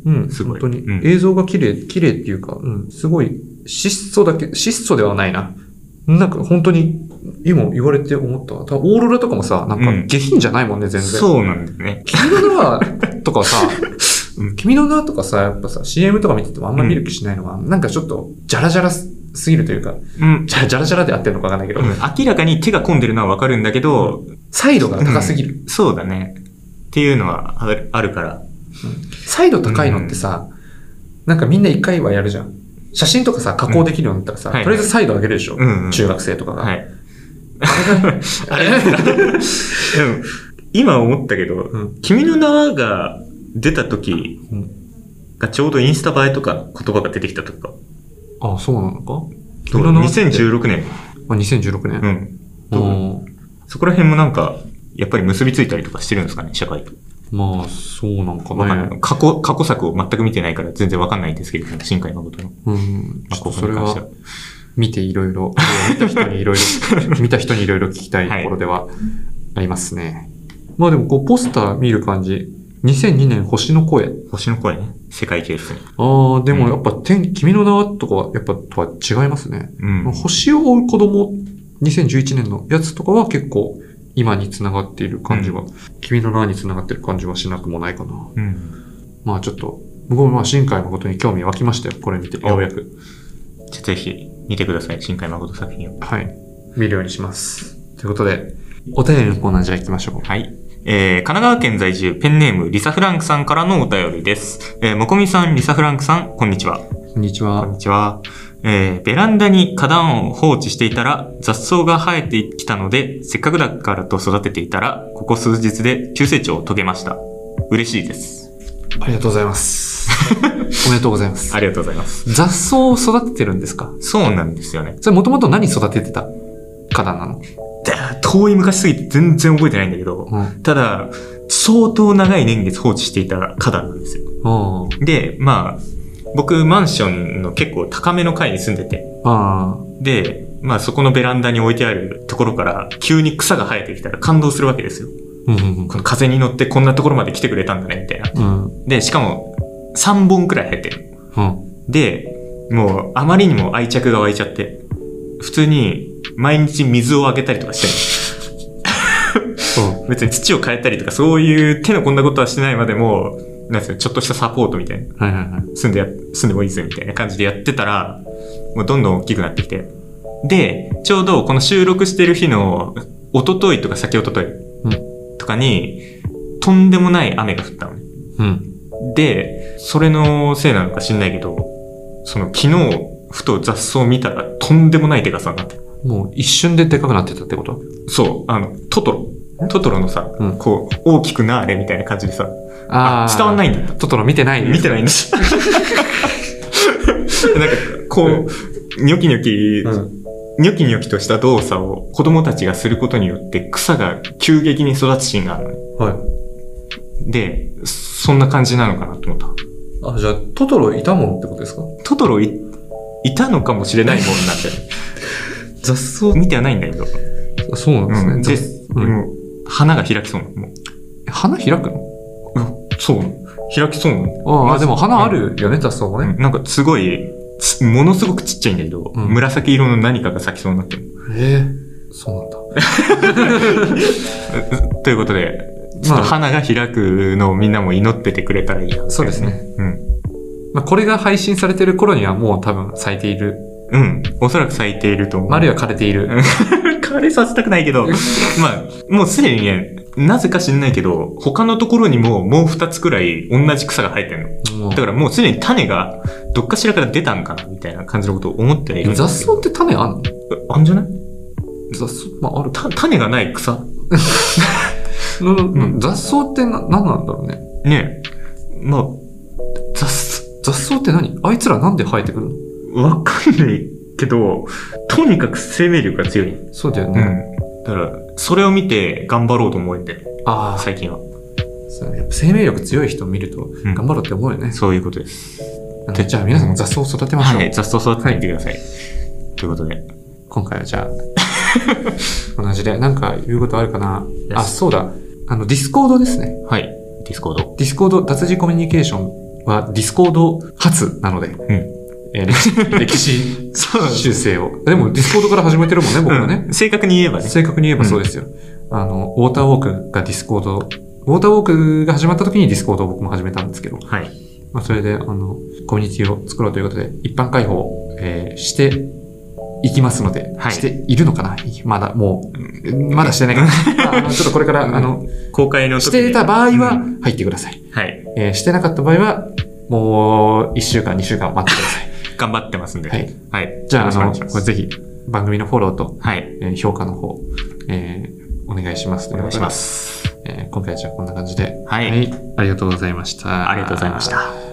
Speaker 2: うん、
Speaker 3: すごい
Speaker 2: 本当に
Speaker 3: うん。
Speaker 2: 映像が綺麗、綺麗っていうか、うん、すごい、質素だけ、質素ではないな。なんか本当に、今言われて思ったわ。ただオーロラとかもさ、なん
Speaker 3: う
Speaker 2: か
Speaker 3: ん
Speaker 2: 下品じゃないもんね、全然。
Speaker 3: そうなんだよね。
Speaker 2: 君の名はと
Speaker 3: *laughs*
Speaker 2: かさ
Speaker 3: う、ん
Speaker 2: 君の名はとかさ、やっぱさ、CM とか見ててもあんま見る気しないのは、なんかちょっと、じゃらじゃらすぎるというか、
Speaker 3: うん。
Speaker 2: じゃらじゃらじゃらで合ってるのかわかんないけど、
Speaker 3: 明らかに手が込んでるのはわかるんだけど、
Speaker 2: サイドが高すぎる。
Speaker 3: そうだね。っていうのはあるあるから。
Speaker 2: サイド高いのってさ、なんかみんな一回はやるじゃん。写真とかさ、加工できるようになったらさ、
Speaker 3: うんはい
Speaker 2: とりあえずサイド上げるでしょ。
Speaker 3: うんうん
Speaker 2: 中学生とかが。 *laughs*
Speaker 3: はい。あれでも今思ったけど、
Speaker 2: ん
Speaker 3: 君の名はが出た時
Speaker 2: うん
Speaker 3: がちょうどインスタ映えとか言葉が出てきたとか。
Speaker 2: あそうなのか
Speaker 3: そう
Speaker 2: 俺の名はって
Speaker 3: 2016年。
Speaker 2: あ ?2016
Speaker 3: う
Speaker 2: 年。
Speaker 3: ん。
Speaker 2: うん、
Speaker 3: そこら辺もなんか、やっぱり結びついたりとかしてるんですかね、社会と。
Speaker 2: まあ、そうなんか
Speaker 3: わかん
Speaker 2: ね
Speaker 3: な。い。過去、過去作を全く見てないから全然わかんないんですけれども、新海誠の。
Speaker 2: うん。ちょっとそれ
Speaker 3: まあこ
Speaker 2: は
Speaker 3: こに関しては
Speaker 2: 見ていろいろ、見た人にいろい
Speaker 3: *laughs*
Speaker 2: ろ、見た人にいろいろ聞きたいところではありますね。まあでもこうポスター見る感じ、2002年星の声。
Speaker 3: 星の声ね。世界系ですね。
Speaker 2: ああ、でも
Speaker 3: うん
Speaker 2: やっぱ天、君の名はとかはやっぱとは違いますね。
Speaker 3: うん。
Speaker 2: 星を追う子供、2011年のやつとかは結構今に繋がっている感じは、君の名はに繋がってる感じはしなくもないかな。
Speaker 3: うん。
Speaker 2: まあちょっと、僕もまあ新海誠に興味湧きましたよ。これ見て、
Speaker 3: あ
Speaker 2: ようやく。
Speaker 3: じゃあぜひ、見てください。新海誠作品を。
Speaker 2: はい。見るようにします。ということで、お便りのコーナーじゃあ行きましょう。
Speaker 3: はい。えー、神奈川県在住、ペンネーム、リサ・フランクさんからのお便りです。えー、もこみさん、リサ・フランクさん、こんにちは。
Speaker 2: こんにち
Speaker 3: こん
Speaker 2: は。
Speaker 3: にちは。えー、ベランダに花壇を放置していたら、雑草が生えてきたので、せっかくだからと育てていたら、ここ数日で急成長を遂げました。嬉しいです。
Speaker 2: ありがとうございます。 *laughs* おめでとうございます。
Speaker 3: ありがとうございます。
Speaker 2: 雑草を育ててるんですか
Speaker 3: そうなんですよね。
Speaker 2: それもともと何育ててた花壇なの
Speaker 3: だー遠い昔すぎて全然覚えてないんだけど、
Speaker 2: うん。
Speaker 3: ただ、相当長い年月放置していた花壇なんですよ。
Speaker 2: あ
Speaker 3: で、まあ、僕、マンションの結構高めの階に住んでて、
Speaker 2: あ。ああ。
Speaker 3: で、まあそこのベランダに置いてあるところから急に草が生えてきたら感動するわけですよ。
Speaker 2: うんうん
Speaker 3: この風に乗ってこんなところまで来てくれたんだね、みたいな。
Speaker 2: うん。うん。
Speaker 3: で、しかも3本くらい生えてる。
Speaker 2: うん。
Speaker 3: で、もうあまりにも愛着が湧いちゃって、普通に毎日水をあげたりとかしてる
Speaker 2: そう。
Speaker 3: 別に土を変えたりとかそういう手の込んだことはしてないまでも、なんですか、ちょっとしたサポートみたいな。
Speaker 2: はいはいはい。
Speaker 3: 住んでや、住んでもいいぜみたいな感じでやってたら、もうどんどん大きくなってきて。で、ちょうどこの収録してる日の、一昨日とか先一昨日とかに、とんでもない雨が降ったのね。
Speaker 2: うん。
Speaker 3: で、それのせいなのか知んないけど、その昨日、ふと雑草見たらとんでもないデカさになってる
Speaker 2: もう一瞬ででかくなってたってこと
Speaker 3: そう、あの、トトロ。トトロのさ、
Speaker 2: うん。
Speaker 3: こう、大きくなあれみたいな感じでさ、あ伝わんないいんだよ。
Speaker 2: トトロ見てない
Speaker 3: *laughs* 見てないんです
Speaker 2: *laughs*
Speaker 3: なんか、こう、ニョキニョキ、
Speaker 2: うん。
Speaker 3: ニョキニョキとした動作を子供たちがすることによって草が急激に育つシーンがあるのね。
Speaker 2: はい。
Speaker 3: で、そんな感じなのかなと思った。
Speaker 2: あ、じゃあ、トトロいたもんってことですか
Speaker 3: トトロい、いたのかもしれないもんなんて。
Speaker 2: *laughs* 雑草
Speaker 3: 見てはないんだけど。
Speaker 2: あそうなんですね。
Speaker 3: うん、で
Speaker 2: 雑、うん
Speaker 3: もう花が開きそうなの。も
Speaker 2: 花開くの
Speaker 3: ううんそうなの。開きそうなの。
Speaker 2: あ
Speaker 3: ま
Speaker 2: あ、
Speaker 3: ず
Speaker 2: でも花あるよね、雑草もね。
Speaker 3: うんなんかすごい、つものすごくちっちゃいんだけど、
Speaker 2: うん
Speaker 3: 紫色の何かが咲きそうになってる。
Speaker 2: ええそうなんだ。
Speaker 3: *laughs* ということで、ちょっと花が開くのをみんなも祈っててくれたらいいな、
Speaker 2: そうですね。
Speaker 3: うん。
Speaker 2: まあ、これが配信されてる頃にはもう多分咲いている。
Speaker 3: うん。おそらく咲いていると思う。
Speaker 2: まああるいは枯れている。
Speaker 3: 枯れさせたくな
Speaker 2: *laughs*
Speaker 3: いけど、まあ、もうすでにね、なぜか知んないけど、他のところにももう二つくらい同じ草が生えてんの。
Speaker 2: もう
Speaker 3: だからもうすでに種がどっかしらから出たんかな、みたいな感じのことを思ってはいるん
Speaker 2: 雑
Speaker 3: ですけ
Speaker 2: 草
Speaker 3: ど。
Speaker 2: って種あんの
Speaker 3: あんじゃない
Speaker 2: 雑草、まあ、ある。
Speaker 3: た種がない草
Speaker 2: ななん雑草ってな、何なんだろうね。
Speaker 3: ねえ。まあ、雑草、
Speaker 2: 雑草って何あいつらなんで生えてくるの
Speaker 3: わかんないけど、とにかく生命力が強い。
Speaker 2: そうだよ
Speaker 3: う
Speaker 2: ね。
Speaker 3: ん。だから、それを見て頑張ろうと思えて、
Speaker 2: ああ、
Speaker 3: 最近は。
Speaker 2: そうやっぱ生命力強い人を見ると、
Speaker 3: ん
Speaker 2: 頑張ろうって思うよね。
Speaker 3: そういうことです。
Speaker 2: なのでじゃあ皆さんも雑草を育てましょう。
Speaker 3: はい、雑草育ててみてください。ということで。
Speaker 2: 今回はじゃ *laughs* あ、同じで、なんか言うことあるかな
Speaker 3: Yes.
Speaker 2: あ、そうだ。あの、ディスコードですね。
Speaker 3: はい。ディスコード。
Speaker 2: ディスコード、脱字コミュニケーションはディスコード初なので、えー歴史歴史
Speaker 3: そう
Speaker 2: 修正を。でも、ディスコードから始めてるもんね、僕はね。
Speaker 3: うん正確に言えばね。
Speaker 2: 正確に言えばそうですよ。あの、ウォーターウォークがディスコード、ウォーターウォークが始まった時にディスコードを僕も始めたんですけど、
Speaker 3: はい。
Speaker 2: まあ、それで、あの、コミュニティを作ろうということで、一般開放、えーしていきますので、
Speaker 3: はい
Speaker 2: しているのかなまだ、もう、まだしてない
Speaker 3: *laughs*
Speaker 2: から、あのちょっとこれから、あの、
Speaker 3: 公開の時
Speaker 2: し
Speaker 3: に
Speaker 2: てた場合
Speaker 3: う
Speaker 2: は
Speaker 3: ん
Speaker 2: 入ってください。
Speaker 3: はい。
Speaker 2: えーしてなかった場合は、もう、1週間、2週間待ってください。
Speaker 3: 頑張ってますんで。
Speaker 2: はい。
Speaker 3: はい。
Speaker 2: じゃあ、あ
Speaker 3: よ
Speaker 2: の、
Speaker 3: ろしくお願いし
Speaker 2: こ
Speaker 3: ます
Speaker 2: れぜひ、番組のフォローと、
Speaker 3: はい。
Speaker 2: えー評価の方、えーお願いします。。
Speaker 3: お願いしますす。
Speaker 2: えー今回はじゃあこんな感じで、
Speaker 3: はい。
Speaker 2: ありがとうございました。
Speaker 3: ありがとうございました。